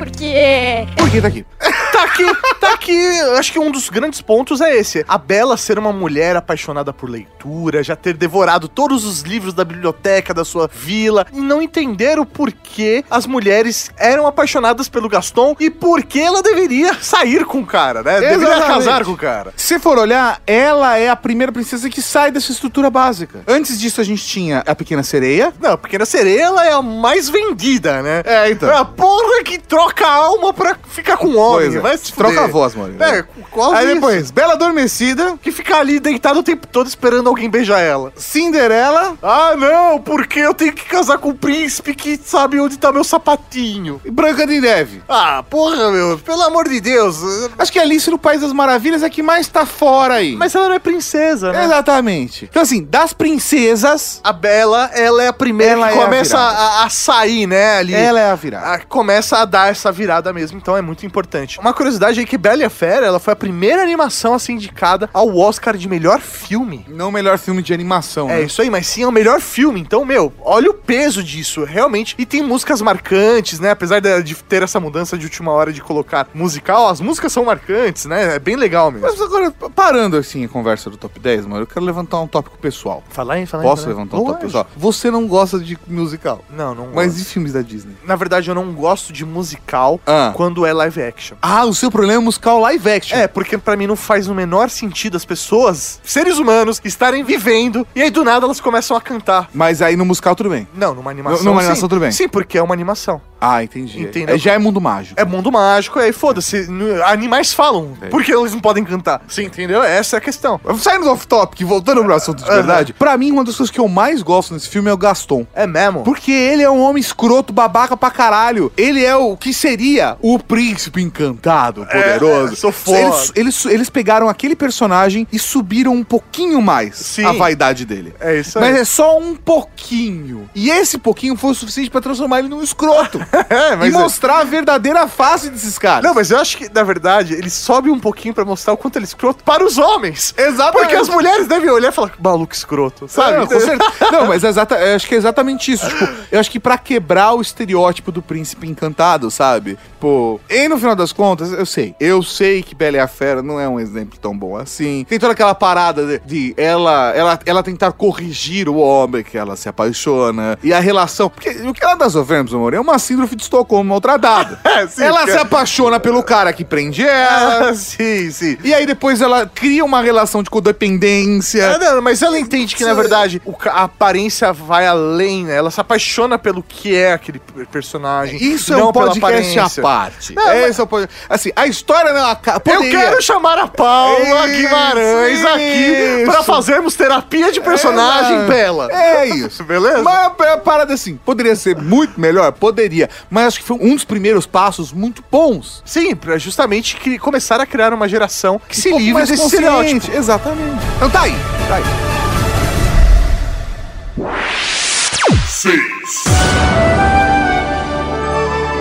Porquê tá aqui? Tá aqui, tá aqui. Eu Acho que um dos grandes pontos é esse. A Bela ser uma mulher apaixonada por leitura, já ter devorado todos os livros da biblioteca da sua vila e não entender o porquê as mulheres eram apaixonadas pelo Gaston e por que ela deveria sair com o cara, né? Deveria Exatamente. casar com o cara. Se for olhar, ela é a primeira princesa que sai dessa estrutura básica. Antes disso, a gente tinha a Pequena Sereia. Não, a Pequena Sereia ela é a mais vendida, né? É, então. É a porra que troca a alma pra ficar com o homem. Coisa. Vai se fuder. Troca a voz, mano. É, quase Aí isso. depois, Bela Adormecida, Que fica ali deitado o tempo todo esperando alguém beijar ela. Cinderela Ah, não, porque eu tenho que casar com o príncipe que sabe onde tá meu sapatinho. e Branca de Neve. Ah, porra, meu, pelo amor de Deus. Acho que Alice no País das Maravilhas é a que mais tá fora aí. Mas ela não é princesa, né? Exatamente. Então, assim, das princesas, A Bela, ela é a primeira Ela que é a começa virada. a, a sair, né, ali. ela é a virada. Ah, começa a dar essa virada mesmo, então é muito importante. Uma curiosidade é que Bela e a Fera, ela foi a primeira animação a ser indicada ao Oscar de melhor Ah, filme. Não o melhor filme de animação, É né? isso aí, mas sim é o melhor filme. Então, meu, olha o peso disso, realmente. E tem músicas marcantes, né? Apesar de, de ter essa mudança de última hora de colocar musical, as músicas são marcantes, né? É bem legal mesmo. Mas agora, p- parando assim a conversa do top 10, mano, eu quero levantar um tópico pessoal. Falar em falar Posso levantar um top tópico pessoal? Você não gosta de musical. Não, não. Mas gosto. e filmes da Disney? na verdade eu não gosto de musical Ah. quando é live action. Ah, o seu problema é musical live action. É, porque pra mim não faz o menor sentido as pessoas, seres humanos, estarem vivendo e aí do nada elas começam a cantar. Mas aí no musical tudo bem. Não, numa animação. numa sim. animação, tudo bem. Sim, porque é uma animação. Ah, entendi. Entendeu? É, já é mundo mágico. É mundo mágico, aí foda-se. n- Animais falam. É. Por que eles não podem cantar? Você entendeu? Essa é a questão. Saindo do off-topic, voltando pro assunto de Aham. verdade, pra mim, uma das coisas que eu mais gosto nesse filme é o Gaston. É mesmo? Porque ele é um homem escroto, babaca pra caralho. Ele é o que seria o príncipe encantado, poderoso. É, sou foda. Eles, eles, eles pegaram aquele personagem e subiram um pouquinho mais Sim. a vaidade dele. É isso Mas aí. é só um pouquinho. E esse pouquinho foi o suficiente pra transformar ele num escroto. É, e mostrar a verdadeira face desses caras. Não, mas eu acho que, na verdade, ele sobe um pouquinho pra mostrar o quanto ele é escroto para os homens. Exatamente. Porque as mulheres devem olhar e falar, maluco escroto, sabe? Sabe? Não, com certeza. Não, mas é exata, eu acho que é exatamente isso. Tipo, eu acho que pra quebrar o estereótipo do príncipe encantado, sabe? Pô. E no final das contas, eu sei. Eu sei que Bela e a Fera não é um exemplo tão bom assim. Tem toda aquela parada de, de ela, ela, ela tentar corrigir o homem que ela se apaixona. E a relação. Porque o que ela tá sofrendo, meu amor, é uma síndrome de Estocolmo maltradada. É, sim, ela porque- se apaixona pelo cara que prende ela. Ah, sim, sim. E aí depois ela cria uma relação de codependência. Ah, não, mas ela entende que, na é- verdade, o ca- a aparência vai além, né? Ela se apaixona pelo que é aquele per- personagem. Isso é não um pela podcast à aparência. parte. Não, é, mas- Esse é um pod- Assim, a história não acaba. Eu quero chamar a Paula Isso, Guimarães aqui isso. pra fazermos terapia de personagem É. bela. É isso. Beleza? Mas é uma parada assim, poderia ser muito melhor? Poderia. Mas acho que foi um dos primeiros passos muito bons. Sim, pra justamente cri- começar a criar uma geração que se Um pouco livre mais desse consciente. estereótipo. Exatamente. Então tá aí. Tá aí.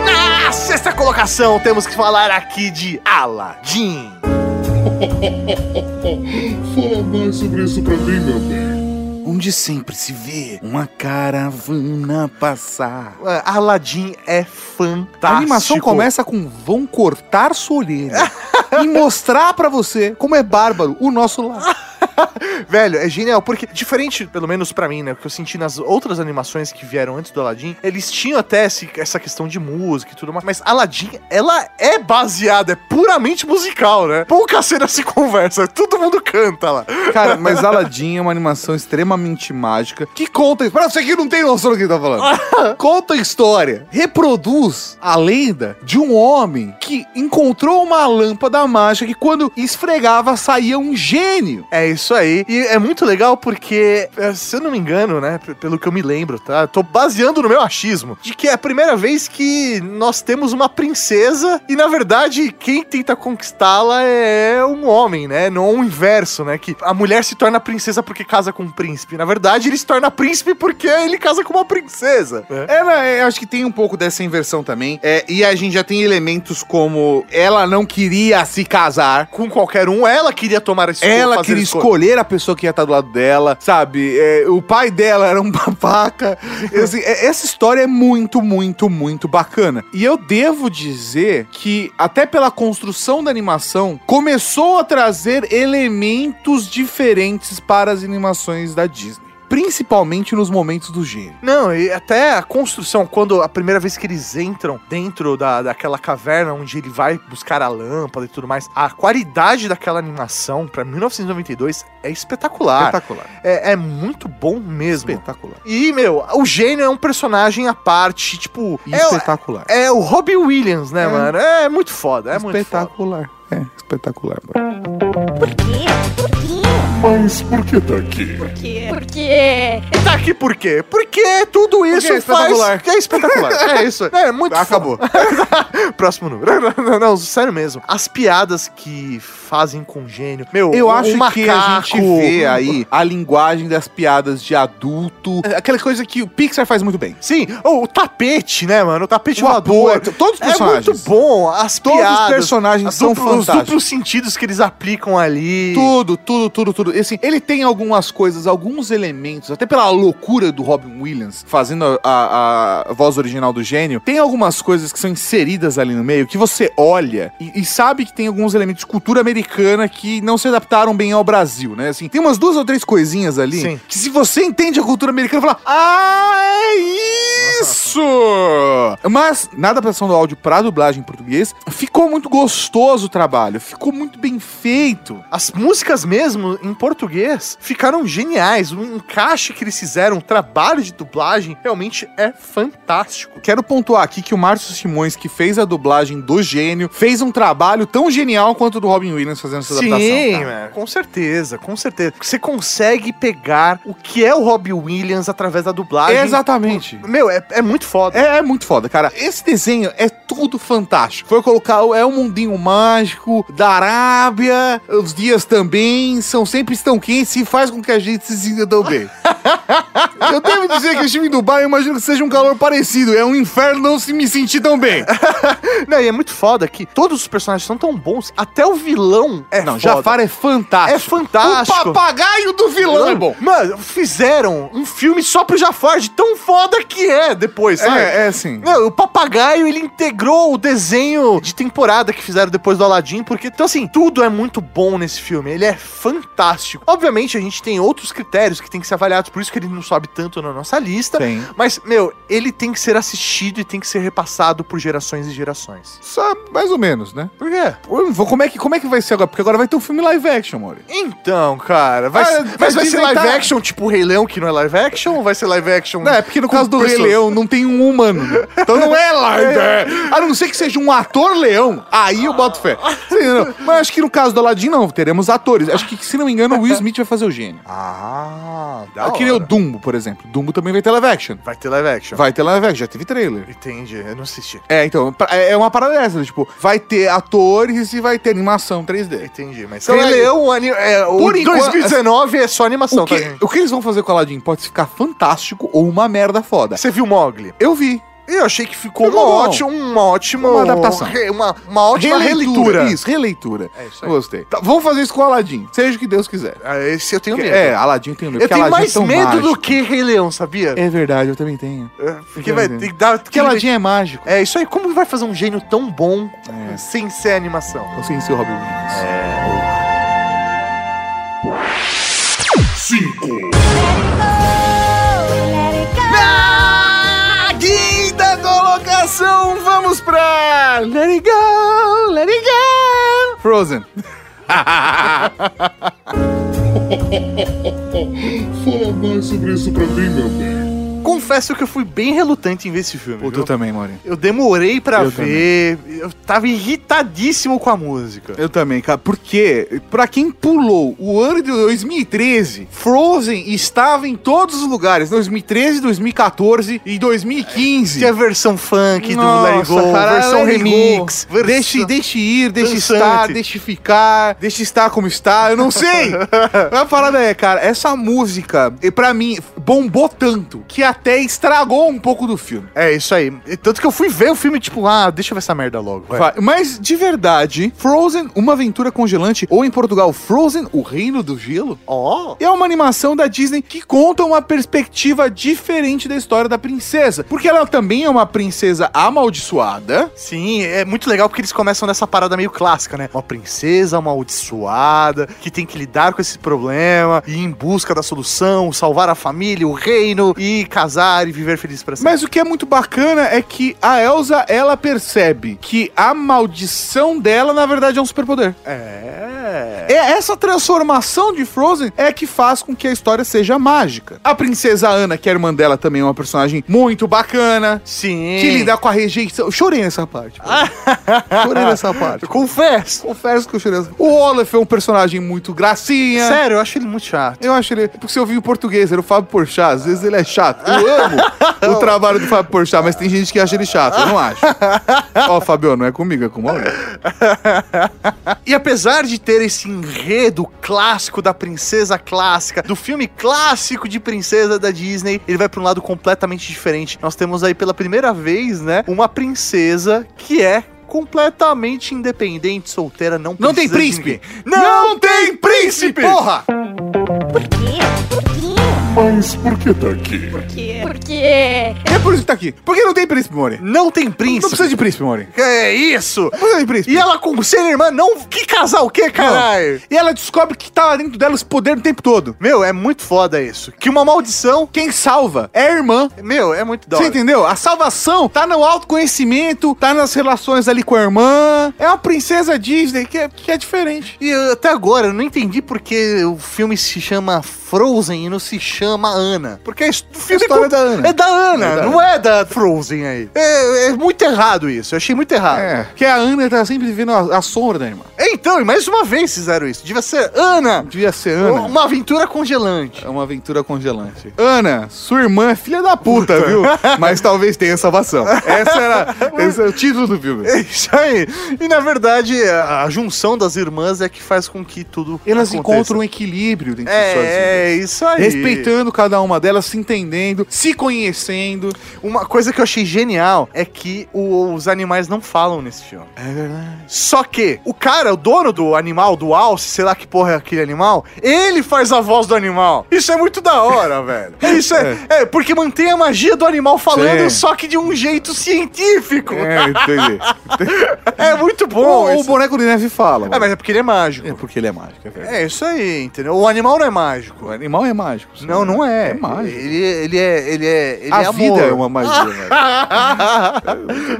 Na sexta colocação, temos que falar aqui de Aladdin. Fala mais sobre isso pra mim, meu bem. Onde sempre se vê uma caravana passar. Ué, Aladdin é fantástico. A animação começa com vão cortar sua orelha e mostrar pra você como é bárbaro o nosso lar. Velho, é genial, porque diferente, pelo menos pra mim, né, o que eu senti nas outras animações que vieram antes do Aladdin, eles tinham até esse- essa questão de música e tudo mais, mas Aladdin, ela é baseada, é puramente musical, né? Pouca cena se conversa, todo mundo canta lá. Cara, mas Aladdin é uma animação extremamente mágica que conta. Pra você que não tem noção do que tá falando, conta a história, reproduz a lenda de um homem que encontrou uma lâmpada mágica que quando esfregava saía um gênio. É isso isso aí. E é muito legal porque, eh, se eu não me engano, né, p- pelo que eu me lembro, tá? Eu Tô baseando no meu achismo, de que é a primeira vez que nós temos uma princesa e, na verdade, quem tenta conquistá-la é um homem, né? Não o inverso, né? Que a mulher se torna princesa porque casa com um príncipe. Na verdade, ele se torna príncipe porque ele casa com uma princesa. né? Ela, é, eu acho que tem um pouco dessa inversão também. É, e a gente já tem elementos como ela não queria se casar. Com qualquer um, ela queria tomar esse Ela queria escolher a pessoa que ia estar do lado dela, sabe? É, o pai dela era um babaca. Assim, é- essa história é muito, muito, muito bacana. E eu devo dizer que, até pela construção da animação, começou a trazer elementos diferentes para as animações da Disney. Principalmente nos momentos do gênero. Não, e até a construção, quando a primeira vez que eles entram dentro da, daquela caverna onde ele vai buscar a lâmpada e tudo mais, a qualidade daquela animação pra 1992 é espetacular. Espetacular. É, é muito bom mesmo. Espetacular. E, meu, o gênio é um personagem à parte, tipo. É, espetacular. é o Robbie Williams, né, É. mano? É muito foda, é muito foda. espetacular. É, espetacular. Mas por que tá aqui? Porque E tá aqui por quê? Porque tudo isso é espetacular. Ah, faz... que é espetacular. é isso. É muito Acabou. foda. Próximo número. Não, não, não, sério mesmo. As piadas que fazem com gênio... Meu, Eu o acho que a macaco- gente vê aí a linguagem das piadas de adulto. é Aquela coisa que o Pixar faz muito bem. Sim, ou o tapete, né, mano? O tapete O voador. ator, todos os É personagens. muito bom. As Todos piadas. os personagens as são duplas- Os fantásticos. duplos sentidos que eles aplicam ali. Tudo, tudo, tudo, tudo. Assim, ele tem algumas coisas, alguns elementos, até pela loucura do Robin Williams fazendo a, a- a voz original do gênio, tem algumas coisas que são inseridas ali no meio que você olha e, e sabe que tem alguns elementos de cultura americana que não se adaptaram bem ao Brasil, né? Assim, tem umas duas ou três coisinhas ali Sim. que se você entende a cultura americana, fala: Ah, é isso! Mas, na adaptação do áudio pra dublagem em português, ficou muito gostoso o trabalho, ficou muito bem feito. As músicas mesmo, em português, ficaram geniais. O encaixe que eles fizeram, o trabalho de dublagem, realmente é fantástico. Quero pontuar aqui que o Márcio Simões, que fez a dublagem do gênio, fez um trabalho tão genial quanto o do Robin Williams fazendo essa adaptação. cara. mano. com certeza, com certeza. Você consegue pegar o que é o Robbie Williams através da dublagem. Exatamente. Meu, é, é muito foda. É, é muito foda, cara. Esse desenho é tudo fantástico. Foi colocar o- é um mundinho mágico da Arábia, os dias também são sempre estão quentes e faz com que a gente se sinta tão bem. Eu devo dizer que eu estive em Dubai, eu imagino que seja um calor parecido. É um inferno não se me sentir tão bem. Não, e é muito foda que todos os personagens são tão bons. Até o vilão é Não, foda. Jafar é fantástico. É fantástico. O papagaio do vilão é bom. Mano, fizeram um filme só pro Jafar de tão foda que é depois, sabe? É, é sim. Não, o papagaio, ele integrou o desenho de temporada que fizeram depois do Aladdin, porque, então assim, tudo é muito bom nesse filme, ele é fantástico. Obviamente, a gente tem outros critérios que tem que ser avaliados, por isso que ele não sobe tanto na nossa lista, Tem. mas, meu, ele tem que ser assistido e tem que ser repassado por gerações e gerações. Só mais ou menos, né? Por quê? Eu vou- Como é, que, como é que vai ser agora? Porque agora vai ter um filme live action, Mori. Então, cara, vai, Ah, ser- mas mas vai ser Disney live tá- action tipo o Rei Leão, que não é live action, ou vai ser live action... Não, é porque no caso do Rei pessoas. Leão não tem um humano. né? Então não é live. A não ser que seja um ator leão. Aí eu boto fé. Você entendeu? Mas acho que no caso do Aladdin, não. Teremos atores. Acho que, se não me engano, o Will Smith vai fazer o gênio. Ah, da Eu queria o hora. Dumbo, por exemplo. Dumbo também vai ter live action. Vai ter live action. Vai ter live action. Já teve trailer. Entendi, eu não assisti. É, então, pra- é uma parada dessa, né? tipo, vai ter atores e vai ter animação 3D. Entendi, mas Então Rei é- Leão, ani- é, o Por enquanto- 2019 é só animação, o, que, tá, gente? o que eles vão fazer com o Aladdin pode ficar fantástico ou uma merda foda. Você viu Mogli? Eu vi. Eu achei que ficou Ficou uma bom. ótima, uma ótima Uma adaptação. re- Uma, uma ótima releitura. Isso, releitura. É isso aí. Gostei. Tá, vamos fazer isso com o Aladdin, seja o que Deus quiser. Ah, Esse eu tenho medo. É, Aladdin tem medo. eu porque tenho Aladdin é mais tão medo do mágico. que Rei Leão, sabia? É verdade, eu também tenho. É, Porque vai Entendendo. ter que dar. Porque Aladdin é mágico. É isso aí. Como vai fazer um gênio tão bom sem ser animação? Não sei se o Robin Williams. 5, Na quinta colocação, vamos pra. Let it go, let it go. Frozen. fala mais sobre isso pra mim, meu bem. confesso que eu fui bem relutante em ver esse filme. Puta, viu? eu também, Maurinho. Eu demorei pra Eu ver, eu tava irritadíssimo com a música. Eu também, cara. Porque, pra quem pulou o ano de 2013, Frozen estava em todos os lugares. 2013, 2014 e 2015. Que é a versão funk Nossa, do Let It Go, cara, versão Let It Go. remix, versão... Deixe, deixe ir, deixe Dançante. estar, deixe ficar, deixe estar como está, eu não sei. Mas a parada é, cara, essa música, e pra mim, bombou tanto que até estragou um pouco do filme. É, isso aí. E Tanto que eu fui ver o filme, tipo, ah, deixa eu ver essa merda logo. vai. Vai. Mas, de verdade, Frozen, Uma Aventura Congelante, ou em Portugal, Frozen, O Reino do Gelo, Ó. é uma animação da Disney que conta uma perspectiva diferente da história da princesa. Porque ela também é uma princesa amaldiçoada. Sim, é muito legal porque eles começam nessa parada meio clássica, né? Uma princesa amaldiçoada que tem que lidar com esse problema e ir em busca da solução, salvar a família, o reino e casar e viver feliz pra sempre. Mas o que é muito bacana é que a Elsa, ela percebe que a maldição dela, na verdade, é um superpoder. É. É essa transformação de Frozen é que faz com que a história seja mágica. A princesa Ana, que é a irmã dela, também é uma personagem muito bacana. Sim. Que lidar com a rejeição. Eu Chorei nessa parte. pô. Chorei nessa parte. Eu confesso. Confesso que eu chorei nessa O Olaf é um personagem muito gracinha. Sério, eu acho ele muito chato. Eu acho ele. Porque se eu vi o português, era o Fábio Porchat. Às vezes ele é chato. Eu amo o trabalho do Fábio Porchat, mas tem gente que acha ele chato. Eu não acho. Ó, Fabio, não é comigo, é com o Maurício. E apesar de ter esse enredo clássico da princesa clássica, do filme clássico de princesa da Disney, ele vai pra um lado completamente diferente. Nós temos aí pela primeira vez, né, uma princesa que é completamente independente, solteira, não Não tem precisa de príncipe! ninguém. Não, tem príncipe! Porra! Mas por que tá aqui? Porque. É por isso que tá aqui. Por que não tem príncipe, Mori? Não tem príncipe. Não precisa de príncipe, Mori. Que é isso? Não precisa de príncipe. E ela conselha a irmã não que casar o quê, caralho? E ela descobre que tá dentro dela esse poder o tempo todo. Meu, é muito foda isso. Que uma maldição, Quem salva é a irmã. meu, é muito da Você hora. entendeu? A salvação tá no autoconhecimento, tá nas relações ali com a irmã. É uma princesa Disney que é, que é diferente. E eu, até agora eu não entendi porque o filme se chama Frozen e não se chama Ana. Porque a his- o filme história com- da Ana. É da Ana, É da não é da Frozen aí. É, é muito errado isso, eu achei muito errado. É. Que a Ana tá sempre vivendo a, a sombra da irmã. Então, e mais uma vez fizeram isso. Devia ser Ana, Devia ser Ana. uma aventura congelante. É uma aventura congelante. Ana, sua irmã é filha da puta, viu? Mas talvez tenha salvação. Essa era, esse era o título do filme. É isso aí. E na verdade, a a junção das irmãs é que faz com que tudo. Elas aconteça. encontram um equilíbrio dentro de suas vidas. É, é isso aí. Respeitando cada uma delas, se entendendo, se conhecendo. Uma coisa que eu achei genial é que o- os animais não falam nesse filme. É verdade. Só que o cara, o dono do animal, do alce, sei lá que porra é aquele animal, ele faz a voz do animal. Isso é muito da hora, velho. Isso é, é, porque mantém a magia do animal falando, Sim. só que de um jeito científico. É, entendi. muito Bom, bom. o isso. boneco de neve fala. É, mas é porque ele é mágico. É porque ele é mágico, é verdade. É isso aí, entendeu? O animal não é O mágico. animal é mágico. sim. Não, não é. É mágico. Ele, ele é, ele é, ele a é vida amor. é uma magia, velho.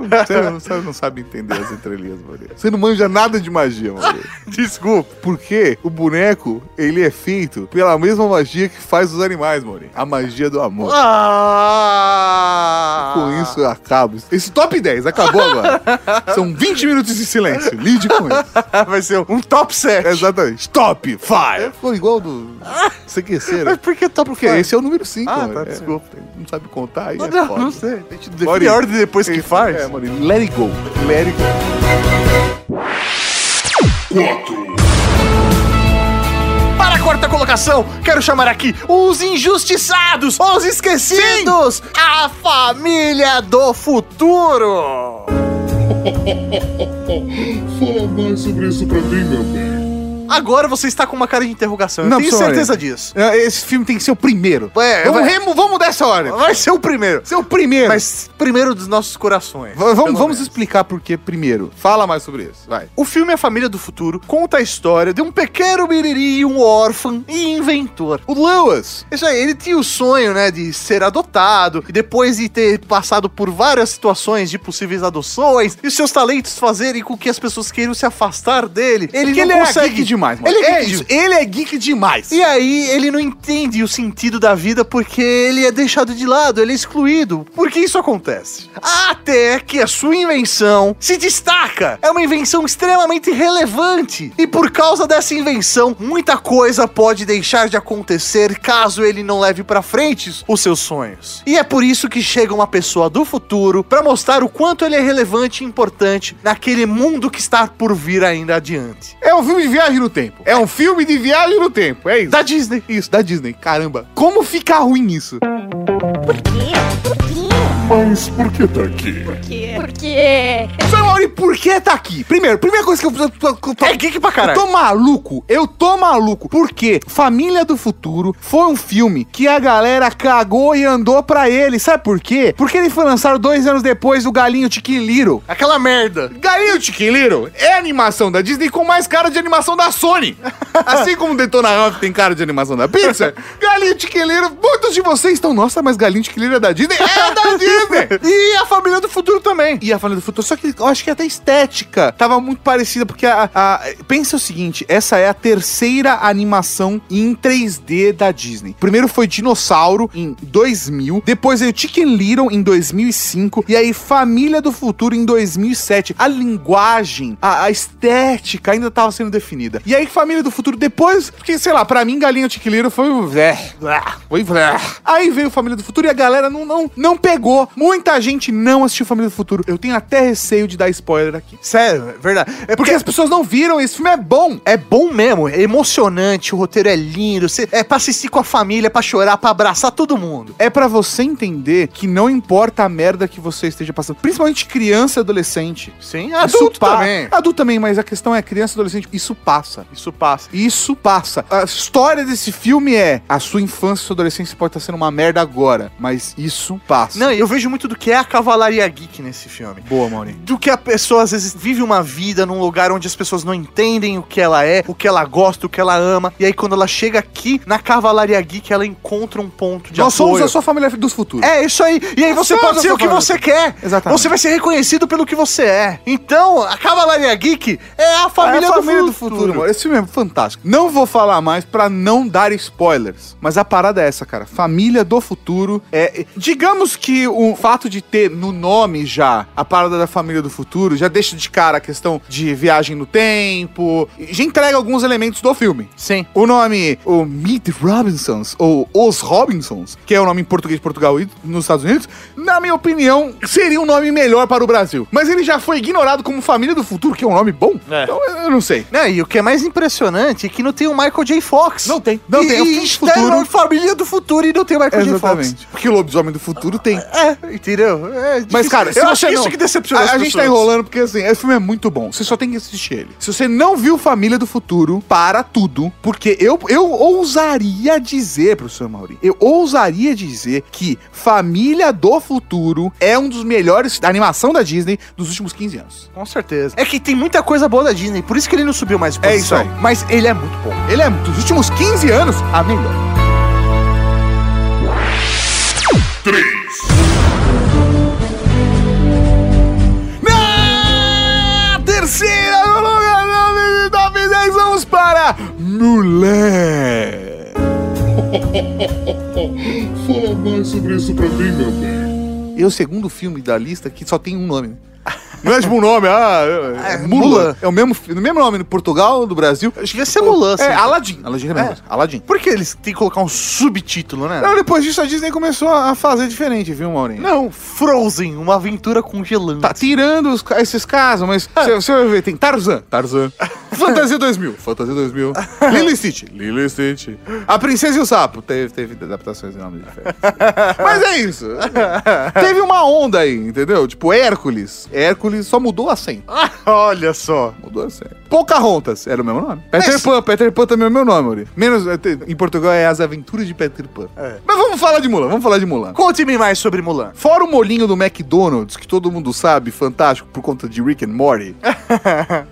Você não, você não sabe entender as entrelinhas, Maria. Você não manja nada de magia, Maria. Desculpa. Porque o boneco, ele é feito pela mesma magia que faz os animais, Maria. A magia do amor. Ah! Com isso eu acabo. Esse top 10 acabou agora. São 20 minutos de silêncio. Lide com isso. Vai ser um top 7. Exatamente. Top É, 5. Ficou igual do CQC, né? Mas por que top Porque 5? esse é o número 5. Ah, mano. tá, É, desculpa. Não sabe contar aí. Não, é não, foda. não sei. A gente define Maurício, a ordem depois que Esse- faz. É, Maurício, Let it go. Let it go. 4, Para a quarta colocação, quero chamar aqui os injustiçados, os esquecidos, a família do futuro. fala mais sobre isso pra mim, meu bem. Agora você está com uma cara de interrogação. Eu Não, tenho sorry. certeza disso. É, Esse filme tem que ser o primeiro. É, vamos, vai- remo, vamos dessa hora. Vai ser o primeiro. Ser é o primeiro. Mas primeiro dos nossos corações. V- vamos pelo vamos menos. explicar por que primeiro. Fala mais sobre isso. Vai. O filme A Família do Futuro conta a história de um pequeno biriri, um órfão e inventor. O Lewis. Isso aí, ele tinha o sonho, né, de ser adotado, e depois de ter passado por várias situações de possíveis adoções, e seus talentos fazerem com que as pessoas queiram se afastar dele, ele Porque não era consegue... geek de demais, mano. Ele é é geek. isso. Ele é geek demais. E aí ele não entende o sentido da vida porque ele é deixado de lado, ele é excluído. Por que isso acontece? Até que a sua invenção se destaca. É uma invenção extremamente relevante. E por causa dessa invenção, muita coisa pode deixar de acontecer caso ele não leve pra frente os seus sonhos. E é por isso que chega uma pessoa do futuro pra mostrar o quanto ele é relevante e importante naquele mundo que está por vir ainda adiante. É um filme de viagem no tempo. É um filme de viagem no tempo. É isso. Da Disney. Isso, da Disney. Caramba. Como ficar ruim nisso? Mas por que tá aqui? Porque Só Mauri, por que tá aqui? Primeiro, primeira coisa que eu preciso. que eu tô- É geek pra caralho. Eu tô maluco, eu tô maluco. Porque Família do Futuro foi um filme que a galera cagou e andou pra ele. Sabe por quê? Porque ele foi lançado dois anos depois do Galinho Chicken Little. Aquela merda. Galinho Chicken Little é a animação da Disney com mais cara de animação da Sony. Assim como Detona Ralph tem cara de animação da Pixar, Galinho Chicken Little, muitos de vocês estão, nossa, mas Galinho Chicken Little é da Disney? É da Disney! E a família do futuro também. E a Família do Futuro, só que eu acho que até a estética tava muito parecida, porque a, a- Pensa o seguinte, essa é a terceira animação em 3D da Disney. Primeiro foi Dinossauro, em 2000, depois veio Chicken Little, em 2005, e aí Família do Futuro, em 2007. A linguagem, a, a estética ainda tava sendo definida. E aí Família do Futuro, depois, porque, sei lá, pra mim Galinha Chicken Little foi... o- É, ah, foi... ah. Aí veio Família do Futuro e a galera não, não, não pegou. Muita gente não assistiu Família do Futuro. Eu tenho até receio de dar spoiler aqui. Sério, é verdade. É Porque porque as pessoas não viram, esse filme é bom. é bom mesmo, é emocionante, o roteiro é lindo, você- é pra assistir com a família, pra chorar, pra abraçar todo mundo. É pra você entender que não importa a merda que você esteja passando, principalmente criança e adolescente. Sim, Isso pa- Adulto também, mas a questão é criança e adolescente, isso passa. Isso passa. Isso passa. A história desse filme é: a sua infância e sua adolescência pode estar sendo uma merda agora, mas isso passa. Não, e eu vejo muito do que é a cavalaria geek nesse filme. Boa, Maurinho. Do que a pessoa às vezes vive uma vida num lugar onde as pessoas não entendem o que ela é, o que ela gosta, o que ela ama. E aí quando ela chega aqui na Cavalaria Geek, ela encontra um ponto de Nós apoio. somos a sua família dos futuros. É, isso aí. E aí você Só pode ser você o que fala. você quer. Exatamente. Você vai ser reconhecido pelo que você é. Então, a Cavalaria Geek é a família, É a família do, futuro. mano. Esse filme é fantástico. Não vou falar mais pra não dar spoilers. Mas a parada é essa, cara. Família do futuro é. é- Digamos que o fato de ter no nome já a parada da família do futuro já deixa de cara a questão de viagem no tempo. e Já entrega alguns elementos do filme. Sim. O nome, o Meet Robinsons, ou Os Robinsons, que é o nome em português de Portugal e nos Estados Unidos, na minha opinião, seria um nome melhor para o Brasil. Mas ele já foi ignorado como Família do Futuro, que é um nome bom. É. Então eu eu não sei. Não, e o que é mais impressionante é que não tem o Michael J. Fox. Não tem. Não e, tem. É o E filme do está futuro. na família do futuro e não tem o Michael J. Fox. Porque o Lobisomem do Futuro tem. É, entendeu? É Mas, difícil. cara, se eu você acho não- isso que decepciona a, as a gente tá pessoas. enrolando porque, assim, esse filme é muito bom. Você só tem que assistir ele. Se você não viu Família do Futuro, para tudo. Porque eu, eu ousaria dizer, professor Mauri, eu ousaria dizer que Família do Futuro é um dos melhores da animação da Disney dos últimos 15 anos. Com certeza. É que tem muita coisa boa da Disney, por isso que ele não subiu mais de É isso posição. aí. Mas ele é muito bom. Ele é, dos últimos 15 anos, a melhor. Na terceira no lugar no top 10, vamos para Mulher. Fala mais sobre isso pra mim, meu bem. É o segundo filme da lista que só tem um nome. né? Não é tipo um nome, ah, é, É, é Mulan. Mulan. É o mesmo, fi- o mesmo nome no Portugal, no Brasil. Acho que ia ser Mulan, É, assim. Aladdin. Aladdin é a mesma É. coisa. Aladdin. Por que eles têm que colocar um subtítulo, né? Não, depois disso a Disney começou a fazer diferente, viu, Maurinho? Não, Frozen, uma aventura congelante. Tá tirando os ca- esses casos, mas você você vai ver, tem Tarzan. Ah. Tarzan. Fantasia 2000. Fantasia 2000. Lilo e Stitch. Lilo e Stitch. A Princesa e o Sapo. Teve, teve adaptações de nome diferentes. mas é isso. teve uma onda aí, entendeu? Tipo Hércules. Hércules só mudou a senha. Olha só. Mudou a senha. Pocahontas. Era o mesmo nome. Peter Mas- Pan. Peter Pan também é o meu nome, Uri. Menos, eh, te- em Portugal é As Aventuras de Peter Pan. É. Mas vamos falar de Mulan. Vamos falar de Mulan. Conte-me mais sobre Mulan. Fora o molinho do McDonald's, que todo mundo sabe, fantástico, por conta de Rick and Morty.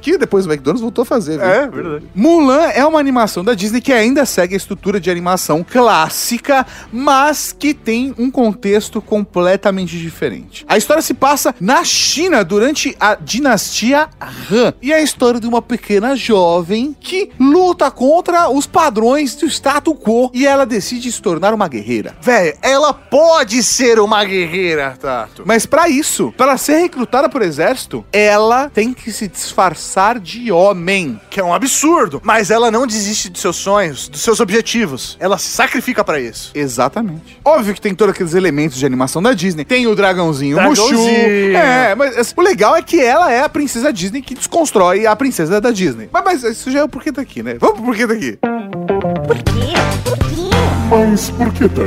que depois o McDonald's voltou a fazer, viu? É, verdade. Mulan é uma animação da Disney que ainda segue a estrutura de animação clássica, mas que tem um contexto completamente diferente. A história se passa na China durante a dinastia Han e é a história de uma pequena jovem que luta contra os padrões do status quo e ela decide se tornar uma guerreira. Velho, ela pode ser uma guerreira, Tato. Mas pra isso, pra ela ser recrutada pro exército, ela tem que se disfarçar de homem. Que é um absurdo. Mas ela não desiste dos seus sonhos, dos seus objetivos. Ela se sacrifica pra isso. Exatamente. Óbvio que tem todos aqueles elementos de animação da Disney. Tem o dragãozinho, o Mushu. Dragãozinho. É, mas assim, o legal é que ela é a princesa Disney que desconstrói a princesa da Disney. Mas, mas isso já é o porquê daqui, né? Vamos pro porquê daqui. Mas por que tá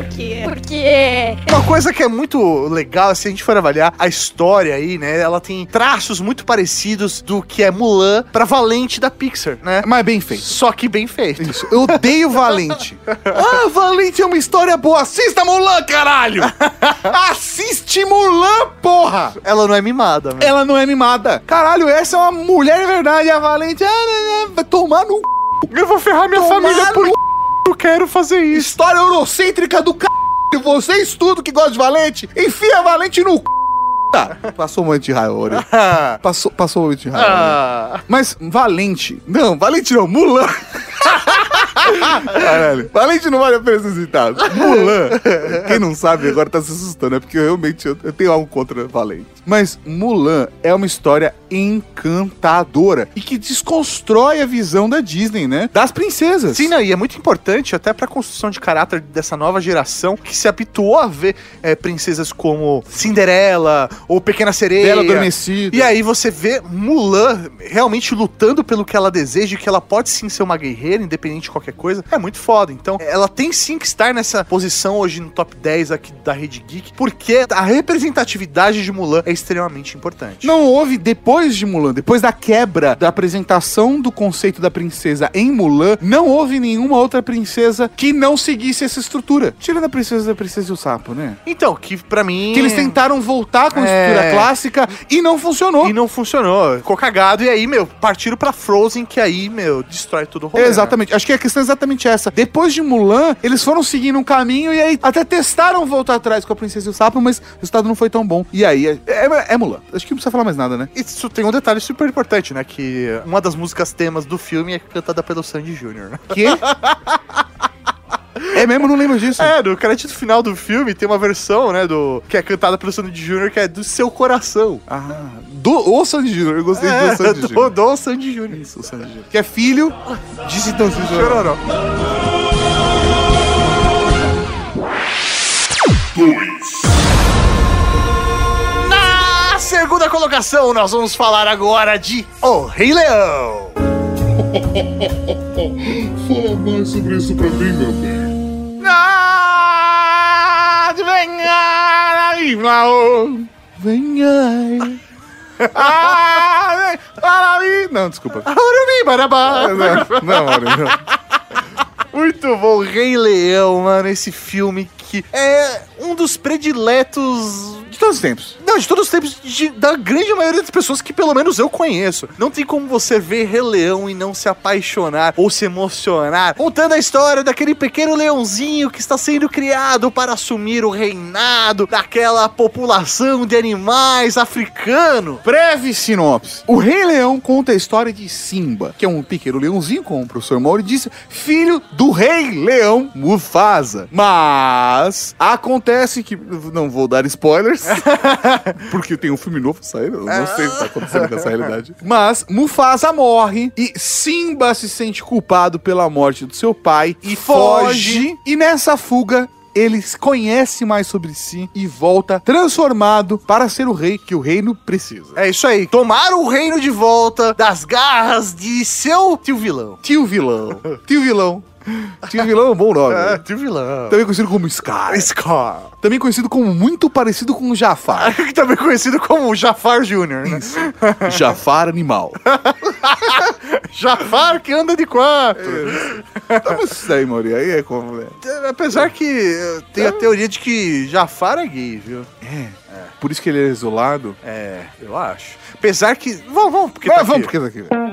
aqui? Porque Uma coisa que é muito legal, se a gente for avaliar a história aí, né? Ela tem traços muito parecidos do que é Mulan pra Valente da Pixar, né? Mas bem feito. Só que bem feito. Isso. Eu odeio Valente. Ah, Valente é uma história boa. Assista Mulan, caralho! Assiste Mulan, porra! Ela não é mimada, velho. Ela não é mimada. Caralho, essa é uma mulher de verdade, a Valente. Ah, né, né, vai tomar no c... Eu vou ferrar minha Tomar família no por eu quero fazer isso. História eurocêntrica do c... Vocês tudo que gosta de Valente, enfia Valente no c... Tá. Passou um monte de raio, Ori. Ah. Passou, passou um monte de raio. Ori. Ah. Mas Valente. Não, Valente não, Mulan. Caralho. Valente não vale a pena ser citado. Mulan. Quem não sabe agora tá se assustando, é porque eu realmente eu, eu tenho algo contra Valente. Mas Mulan é uma história encantadora e que desconstrói a visão da Disney, né? Das princesas. Sim, não, e é muito importante até pra construção de caráter dessa nova geração que se habituou a ver eh, princesas como Cinderela ou Pequena Sereia. Bela adormecida. E aí você vê Mulan realmente lutando pelo que ela deseja, e que ela pode sim ser uma guerreira, independente de qualquer coisa. É muito foda. Então, ela tem sim que estar nessa posição hoje no top 10 aqui da Rede Geek, porque a representatividade de Mulan é extremamente importante. Não houve depois de Mulan, depois da quebra da apresentação do conceito da princesa em Mulan, não houve nenhuma outra princesa que não seguisse essa estrutura. Tirando a princesa da princesa e o sapo, né? Então, que pra mim. Que eles tentaram voltar com a É. estrutura clássica e não funcionou. E não funcionou. Ficou cagado. E aí, meu, partiram pra Frozen, que aí, meu, destrói tudo o rolê. né? Exatamente. Acho que a questão é exatamente essa. Depois de Mulan, eles foram seguindo um caminho e aí até testaram voltar atrás com a Princesa e o Sapo, mas o resultado não foi tão bom. E aí, é, é, é Mulan. Acho que não precisa falar mais nada, né? Né? Isso tem um detalhe super importante, né? Que uma das músicas temas do filme é cantada pelo Sandy Jr. né? Que? é mesmo? Não lembro disso. É, no crédito final do filme tem uma versão, né, do que é cantada pelo Sandy Jr., que é do seu coração. Ah, do o Sandy Júnior. Eu gostei É, do Sandy do, Júnior. do Sandy Jr. Isso, Sandy Júnior. Que é filho de Citão Júnior. Chororó. 2. Na segunda colocação, nós vamos falar agora de O Rei Leão. Fala mais sobre isso pra mim, meu bem. Ah, venha, animal. Venha. Ah, vem para mim. Não, desculpa. Arumi, barabá. Não, não, Mauro, não. Muito bom, Rei Leão, mano, esse filme que é um dos prediletos. De todos os tempos. Não, de todos os tempos, de- da grande maioria das pessoas que pelo menos eu conheço. Não tem como você ver Rei Leão e não se apaixonar ou se emocionar. Contando a história daquele pequeno leãozinho que está sendo criado para assumir o reinado daquela população de animais africano. Breve sinopse. O Rei Leão conta a história de Simba, que é um pequeno leãozinho, como o professor Mauro disse, filho do Rei Leão Mufasa. Mas acontece que. Não vou dar spoilers, porque tem um filme novo saindo, eu não sei o que tá acontecendo com essa realidade. Mas Mufasa morre e Simba se sente culpado pela morte do seu pai e Foge. foge. E nessa fuga. Ele conhece mais sobre si e volta transformado para ser o rei que o reino precisa. É isso aí, tomar o reino de volta das garras de seu tio vilão. Tio Vilão. Tio Vilão. Tio Vilão é um bom nome. É, tio vilão. Também conhecido como Scar. Scar. Também conhecido como muito parecido com Jafar. Também conhecido como Jafar Jr., né? Jafar animal. Jafar que anda de quatro. Então isso aí, Mori. Aí é como. É. Apesar que eh, tem a teoria de que Jafar é gay, viu? Por isso que ele é isolado. É, eu acho. Apesar que. Vamos, vamos, porque. Mas tá vamos, porque aqui. tá aqui. velho.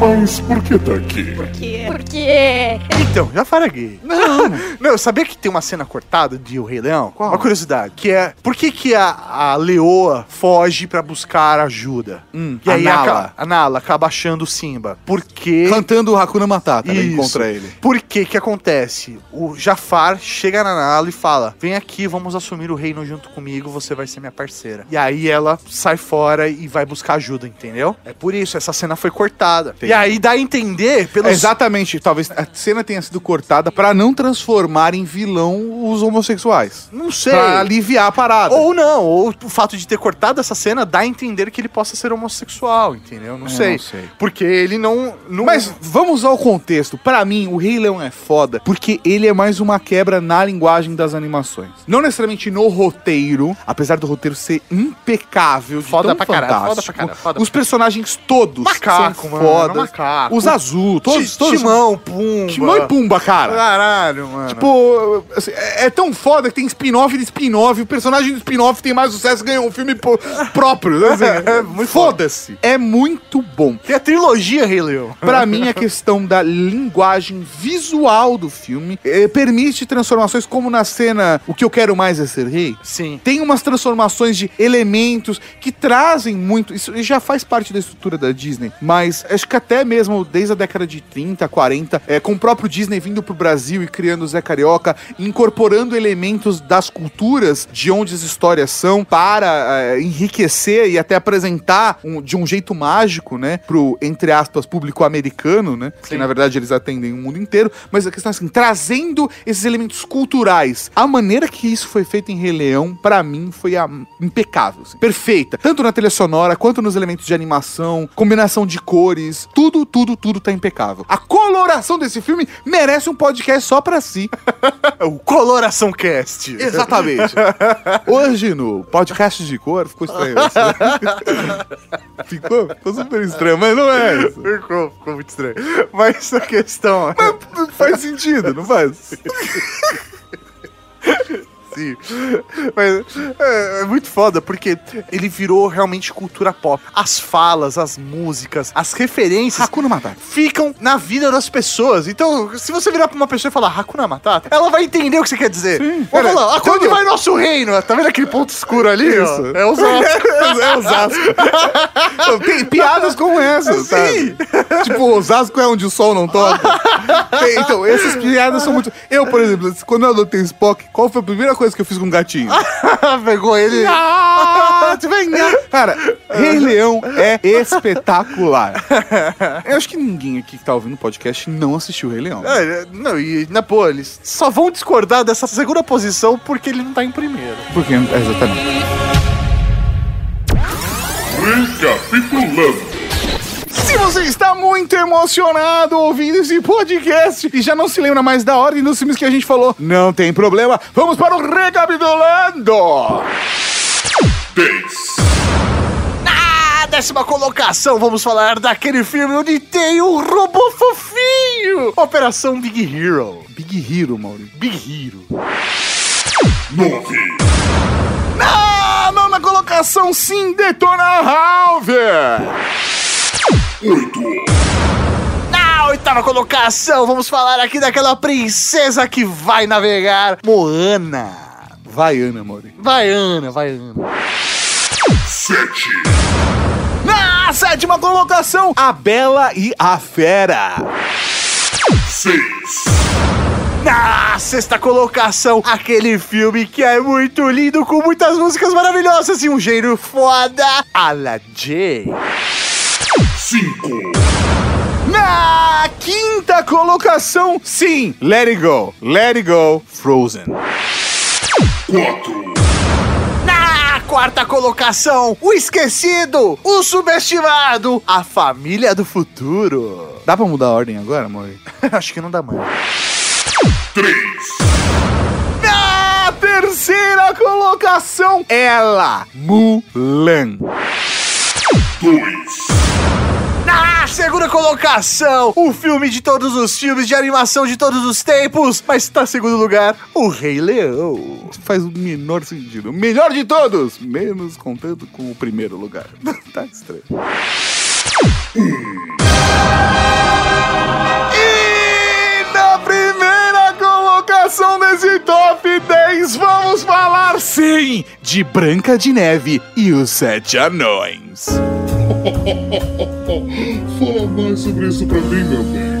Mas por que tá aqui? Porque. Porque. Então, já farguei. Não. Não, sabia que tem uma cena cortada de O Rei Leão? Qual? Uma curiosidade. Que é, por que que a, a leoa foge pra buscar ajuda? e a aí Nala. aca- Hum, a Nala acaba achando o Simba. Porque... Cantando o Hakuna Matata, né? Isso. Encontra ele. Por que que acontece? O Jafar chega na Nala e fala: Vem aqui, vamos assumir o reino junto comigo, você vai ser minha parceira. E aí ela sai fora e vai buscar ajuda, entendeu? É por isso, essa cena foi cortada. E aí dá a entender pelos. É, Exatamente, talvez a cena tenha sido cortada pra não transformar em vilão os homossexuais. Não sei. Pra aliviar a parada. Ou não, ou o fato de ter cortado essa cena dá a entender que ele possa ser homossexual, entendeu? Não, É, sei. não sei. Porque ele não. não... Mas vamos ao contexto. Pra mim, o Rei Leão é foda porque ele é mais uma quebra na linguagem das animações. Não necessariamente no roteiro, apesar do roteiro ser impecável, de Foda tão pra caralho, foda fantástico. pra caralho, foda Os personagens todos Macaco, são mano, fodas. macaco. Os azul, todos, Ti- todos. Timão, Pumba. Timão e Pumba, cara. Caralho, mano. Tipo, assim, é é tão foda que tem spin-off de spin-off. O personagem do spin-off tem mais sucesso, ganhou um filme pô- próprio. né? Assim, É, muito Foda-se. É muito bom. Tem a trilogia Rei Leão. Pra mim, a questão da linguagem visual do filme eh, permite transformações como na cena O que eu quero mais é ser rei. Sim. Tem umas transformações de elementos que trazem muito. Isso já faz parte da estrutura da Disney. Mas acho que até mesmo desde a década de 30, 40, eh, com o próprio Disney vindo pro Brasil e criando o Zé Carioca, incorporando elementos das culturas de onde as histórias são para eh, enriquecer e até apresentar um- de um jeito mágico, né? Pro, entre aspas, público americano, né? Que na verdade eles atendem o mundo inteiro. Mas a questão é assim, trazendo esses elementos culturais. A maneira que isso foi feito em Rei Leão, pra mim, foi a- impecável. assim. Perfeita. Tanto na trilha sonora, quanto nos elementos de animação, combinação de cores. Tudo, tudo, tudo tá impecável. A coloração desse filme merece um podcast só pra si. O Coloração Cast. Exatamente. Hoje no podcast de cor ficou estranho. isso. ficou? Ficou super estranho, mas não é isso. Ficou, ficou muito estranho. Mas a questão é. Não faz sentido, não faz? Sim. Mas é, é muito foda, porque ele virou realmente cultura pop. As falas, as músicas, as referências Hakuna Matata. ficam na vida das pessoas. Então, se você virar pra uma pessoa e falar Hakuna Matata, ela vai entender o que você quer dizer. Sim. Vai Cara, falar, quando- aonde vai nosso reino? Tá vendo aquele ponto escuro ali? Isso. ó? É o Zó. É Osasco. Tem piadas como essas, sabe? Tipo, Osasco é onde o sol não toca. Tem- então, essas piadas são muito... Eu, por exemplo, quando eu adotei Spock, qual foi a primeira coisa que eu fiz com um gatinho? Pegou ele. ah, né? Cara, Rei Leão é espetacular. Eu acho que ninguém aqui que tá ouvindo o podcast não assistiu Rei Leão. É, Não, e na pô, eles só vão discordar dessa segunda posição porque ele não tá em primeiro. Porque, é exatamente. Recapitulando. Se você está muito emocionado ouvindo esse podcast e já não se lembra mais da ordem dos filmes que a gente falou, não tem problema, vamos para o Recapitulando! Na décima colocação, vamos falar daquele filme onde tem o robô fofinho! Operação Big Hero. Big Hero, Maurício. Big Hero. Nove. Na nona colocação, sim, Detona Halver! Na oitava colocação, vamos falar aqui daquela princesa que vai navegar, Moana. Vai, Ana, Maurício. Vai, Ana, vai, Ana. Sete. Na sétima colocação, A Bela e a Fera. Seis. Na sexta colocação, aquele filme que é muito lindo, com muitas músicas maravilhosas e um gênio foda, Aladdin. Cinco. Na quinta colocação, sim, Let It Go, Let It Go, Frozen. Quatro. Na quarta colocação, o esquecido, o subestimado, a família do futuro. Dá pra mudar a ordem agora, Maurício? Acho que não dá mais. Na terceira colocação, ela, Mulan. Dois. Na segunda colocação, o filme de todos os filmes de animação de todos os tempos, mas tá em segundo lugar, o Rei Leão. Isso faz o menor sentido. O melhor de todos, menos contando com o primeiro lugar. tá estranho. Mas vamos falar sim de Branca de Neve e os Sete Anões. Fala mais sobre isso pra mim, meu bem.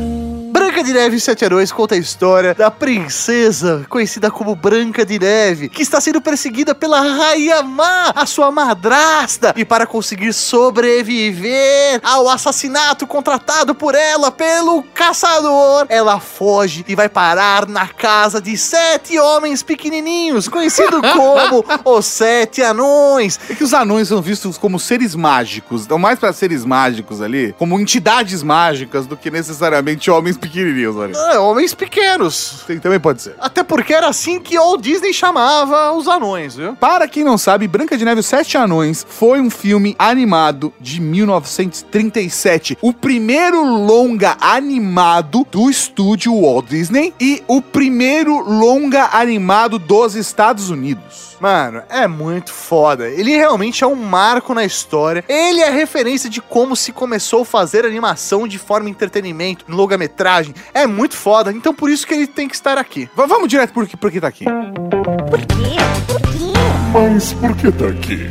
Branca de Neve e os Sete Anões conta a história da princesa conhecida como Branca de Neve, que está sendo perseguida pela Rainha Má, a sua madrasta, e para conseguir sobreviver ao assassinato contratado por ela pelo caçador, ela foge e vai parar na casa de sete homens pequenininhos, conhecido como os Sete Anões. É que os anões são vistos como seres mágicos, não mais pra seres mágicos ali, como entidades mágicas do que necessariamente homens pequenininhos ali. Ah, homens pequenos. Tem- Também pode ser. Até porque era assim que Walt Disney chamava os anões, viu? Para quem não sabe, Branca de Neve e os Sete Anões foi um filme animado de 1937. O primeiro longa animado do estúdio Walt Disney e o primeiro longa animado dos Estados Unidos. Mano, é muito foda. Ele realmente é um marco na história. Ele é a referência de como se começou a fazer animação de forma entretenimento, em longa-metragem. É muito foda, então por isso que ele tem que estar aqui. V- vamos direto por que, por que tá aqui. Mas por que tá aqui?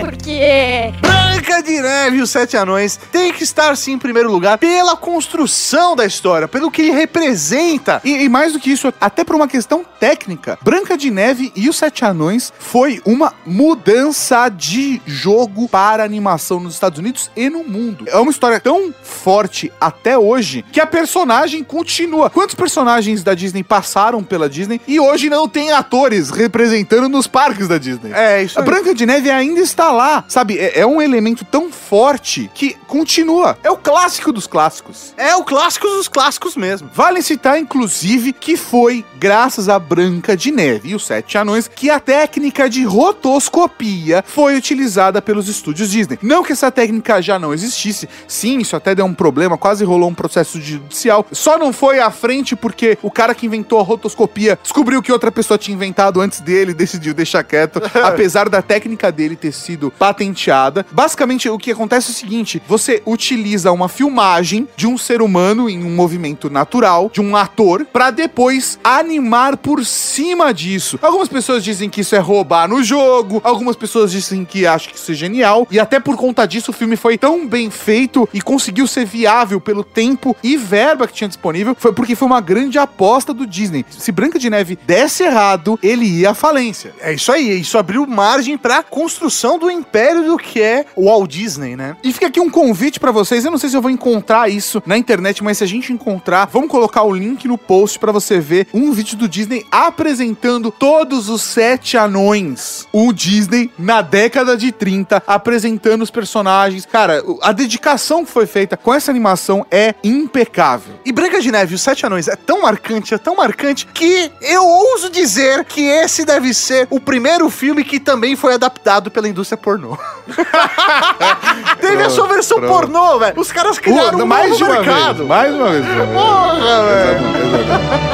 Porque Branca de Neve e os Sete Anões tem que estar sim em primeiro lugar pela construção da história, pelo que ele representa. E, e mais do que isso, até por uma questão técnica, Branca de Neve e os Sete Anões foi uma mudança de jogo para animação nos Estados Unidos e no mundo. É uma história tão forte até hoje que a personagem continua. Quantos personagens da Disney passaram pela Disney e hoje não tem atores representando nos parques da Disney? É, isso A aí. Branca de Neve ainda está lá, sabe? É, é um elemento tão forte que continua. É o clássico dos clássicos. É o clássico dos clássicos mesmo. Vale citar, inclusive, que foi graças a Branca de Neve e os Sete Anões que a técnica de rotoscopia foi utilizada pelos estúdios Disney. Não que essa técnica já não existisse, sim, isso até deu um problema, quase rolou um processo judicial. Só não foi à frente porque o cara que inventou a rotoscopia descobriu que outra pessoa tinha inventado antes dele e decidiu deixar quieto, apesar da técnica dele ter sido patenteada. Basicamente, o que acontece é o seguinte: você utiliza uma filmagem de um ser humano em um movimento natural, de um ator, pra depois animar por cima disso. Algumas pessoas dizem que isso é roubar no jogo, algumas pessoas dizem que acham que isso é genial, e até por conta disso o filme foi tão bem feito e conseguiu ser viável pelo tempo e verba que tinha disponível, foi porque foi uma grande aposta do Disney. Se Branca de Neve desse errado, ele ia à falência. É isso aí, isso abriu margem pra construção do império do que é o Walt Disney, né? E fica aqui um convite pra vocês. Eu não sei se eu vou encontrar isso na internet, mas se a gente encontrar, vamos colocar o link no post pra você ver um vídeo do Disney apresentando todos os sete anões. O Disney na década de 30 apresentando os personagens. Cara, o- a dedicação que foi feita com essa animação é impecável. E Branca de Neve e os Sete Anões é tão marcante, é tão marcante, que eu ouso dizer que esse deve ser o primeiro filme que também foi adaptado pela indústria pornô. Teve a sua versão pronto. pornô, velho. Os caras criaram Pô, um novo mercado. mais uma vez. Porra, velho.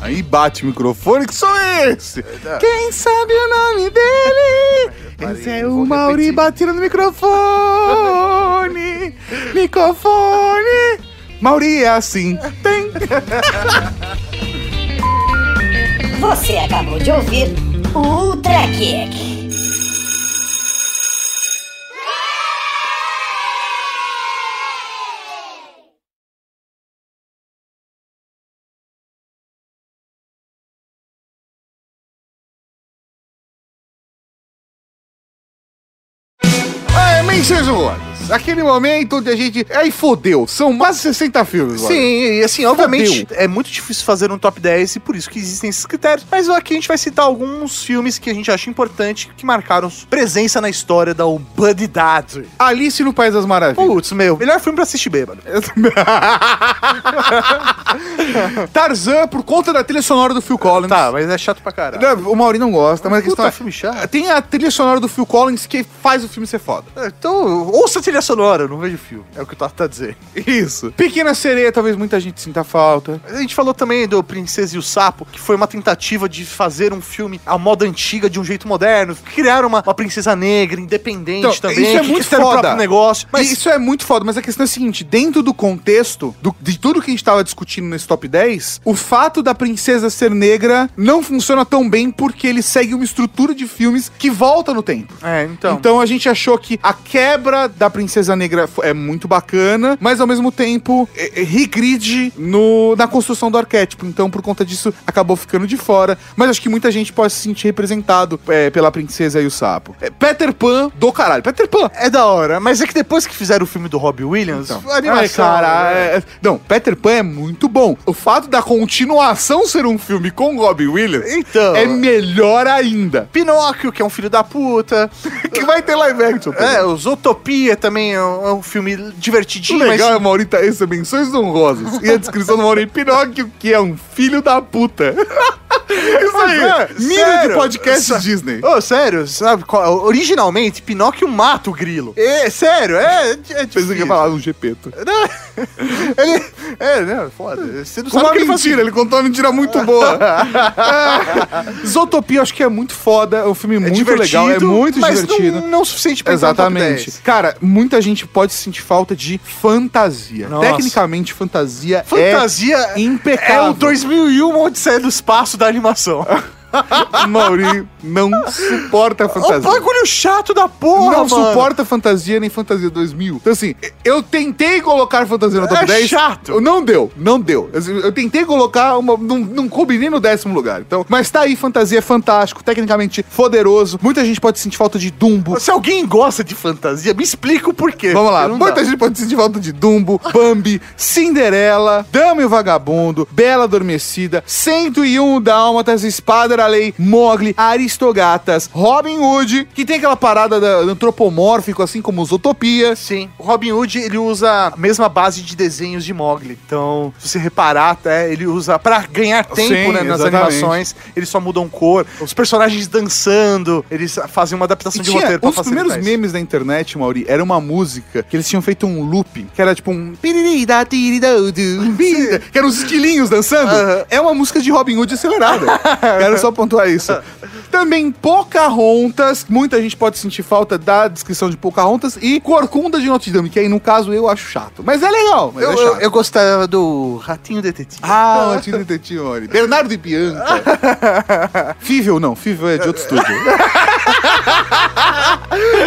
Aí bate o microfone, que sou esse? Quem sabe o nome dele? parei, Esse é eu o vou Mauri repetir. batendo no microfone. microfone. Mauri é assim. Tem. Você acabou de ouvir Ultra Kick. É, Menções Honrosas. Aquele momento onde a gente... Aí fodeu. São mais de 60 filmes agora. Sim, e assim, obviamente é muito difícil fazer um top 10 e por isso que existem esses critérios. Mas aqui a gente vai citar alguns filmes que a gente acha importante que marcaram presença na história da humanidade. Alice no País das Maravilhas. Putz, meu, melhor filme pra assistir bêbado. Tarzan, por conta da trilha sonora do Phil Collins. Tá, mas é chato pra caralho. Não, O Mauri não gosta, mas a Puta, questão é... filme chato. Tem a trilha sonora do Phil Collins que faz o filme ser foda. É, Então, ouça a trilha trilha sonora, eu não vejo filme. É o que o Tato tá dizendo. Isso. Pequena Sereia, talvez muita gente sinta falta. A gente falou também do Princesa e o Sapo, que foi uma tentativa de fazer um filme à moda antiga, de um jeito moderno. Criaram uma, uma princesa negra, independente Então, também. isso é que muito fizeram foda. o próprio negócio. Mas Isso é muito foda, mas a questão é a seguinte: dentro do contexto do- de tudo que a gente tava discutindo nesse top 10, o fato da princesa ser negra não funciona tão bem porque ele segue uma estrutura de filmes que volta no tempo. É, então. Então, a gente achou que a quebra da princesa negra fo- é muito bacana, mas ao mesmo tempo é- é, regride no, na construção do arquétipo. Então, por conta disso, acabou ficando de fora. Mas acho que muita gente pode se sentir representado é, pela princesa e o sapo. É, Peter Pan do caralho. Peter Pan. É da hora, mas é que depois que fizeram o filme do Robbie Williams, Então, a ai, animação. cara, né? é- é- não, Peter Pan é muito bom. O fato da continuação ser um filme com Robin Williams Então. é melhor ainda. Pinóquio, que é um filho da puta. Que vai ter live action. É, É, o Zootopia também é um, é um filme divertidinho, legal é Maurita essa menções honrosas. E a descrição do Maurita Pinóquio, que é um filho da puta. Isso aí, é, mira de sério. podcast Sa- Disney. mas... Ô, sério, sabe? qual- Originalmente, Pinóquio mata o grilo. É, sério, é, é Pensei difícil. que ia falar um Gepeto. Ele, é, né, foda. Você não sabe o Uma que é ele faz. mentira, ele assim? contou uma mentira muito boa. É. Zootopia eu acho que é muito foda, é um filme É muito legal, é muito mas divertido. Não, não o suficiente pra entrar no top Exatamente. 10. Cara, muita gente pode sentir falta de fantasia. Nossa. Tecnicamente, fantasia, Fantasia é é, impecável. o 2001 Odisseia do Espaço da animação. Mauri não suporta O fantasia. É um bagulho chato da porra, não mano. suporta fantasia nem fantasia 2000. Então, assim, eu tentei colocar fantasia no top É 10. chato. Não deu, não deu. Assim, Eu, eu tentei colocar uma. Não, não coube nem no décimo lugar. Então, mas tá aí, fantasia é fantástico, tecnicamente poderoso. Muita gente pode sentir falta de Dumbo. Se alguém gosta de fantasia, me explica o porquê. Vamos lá. Eu não dá. Muita gente pode sentir falta de Dumbo, Bambi, Cinderela, Dama e o Vagabundo, Bela Adormecida, 101 Dálmatas, Espada da Lei, Mogli, Aristogatas, Robin Hood, que tem aquela parada da- do antropomórfico, assim como Zootopia. Sim. O Robin Hood, ele usa a mesma base de desenhos de Mogli. Então, se você reparar, até, ele usa pra ganhar tempo Sim, né, nas exatamente. animações. Eles só mudam cor. Os personagens dançando, eles fazem uma E adaptação de tinha, roteiro pra os primeiros isso. memes da internet, Mauri, era uma música que eles tinam feito um looping, que era tipo um... piriri-da, tiri-da-du, piriri-da, um Que eram os esquilinhos dançando. Aham. É uma música de Robin Hood acelerada. Quero só pontuar isso. Também Pocahontas. Muita gente pode sentir falta da descrição de Pocahontas. E Corcunda de Notre Dame, que aí, no caso, eu acho chato. Mas é legal, mas Eu, é eu, chato. eu gostava do Ratinho Detetive. Ah, o antigo detetive, Mauri. Bernardo e Bianca. Fível não, Fível é de outro estúdio.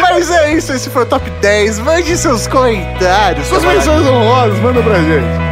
Mas é isso, esse foi o Top 10. Mande seus comentários. Suas camarada. um. menções honrosas, manda pra gente.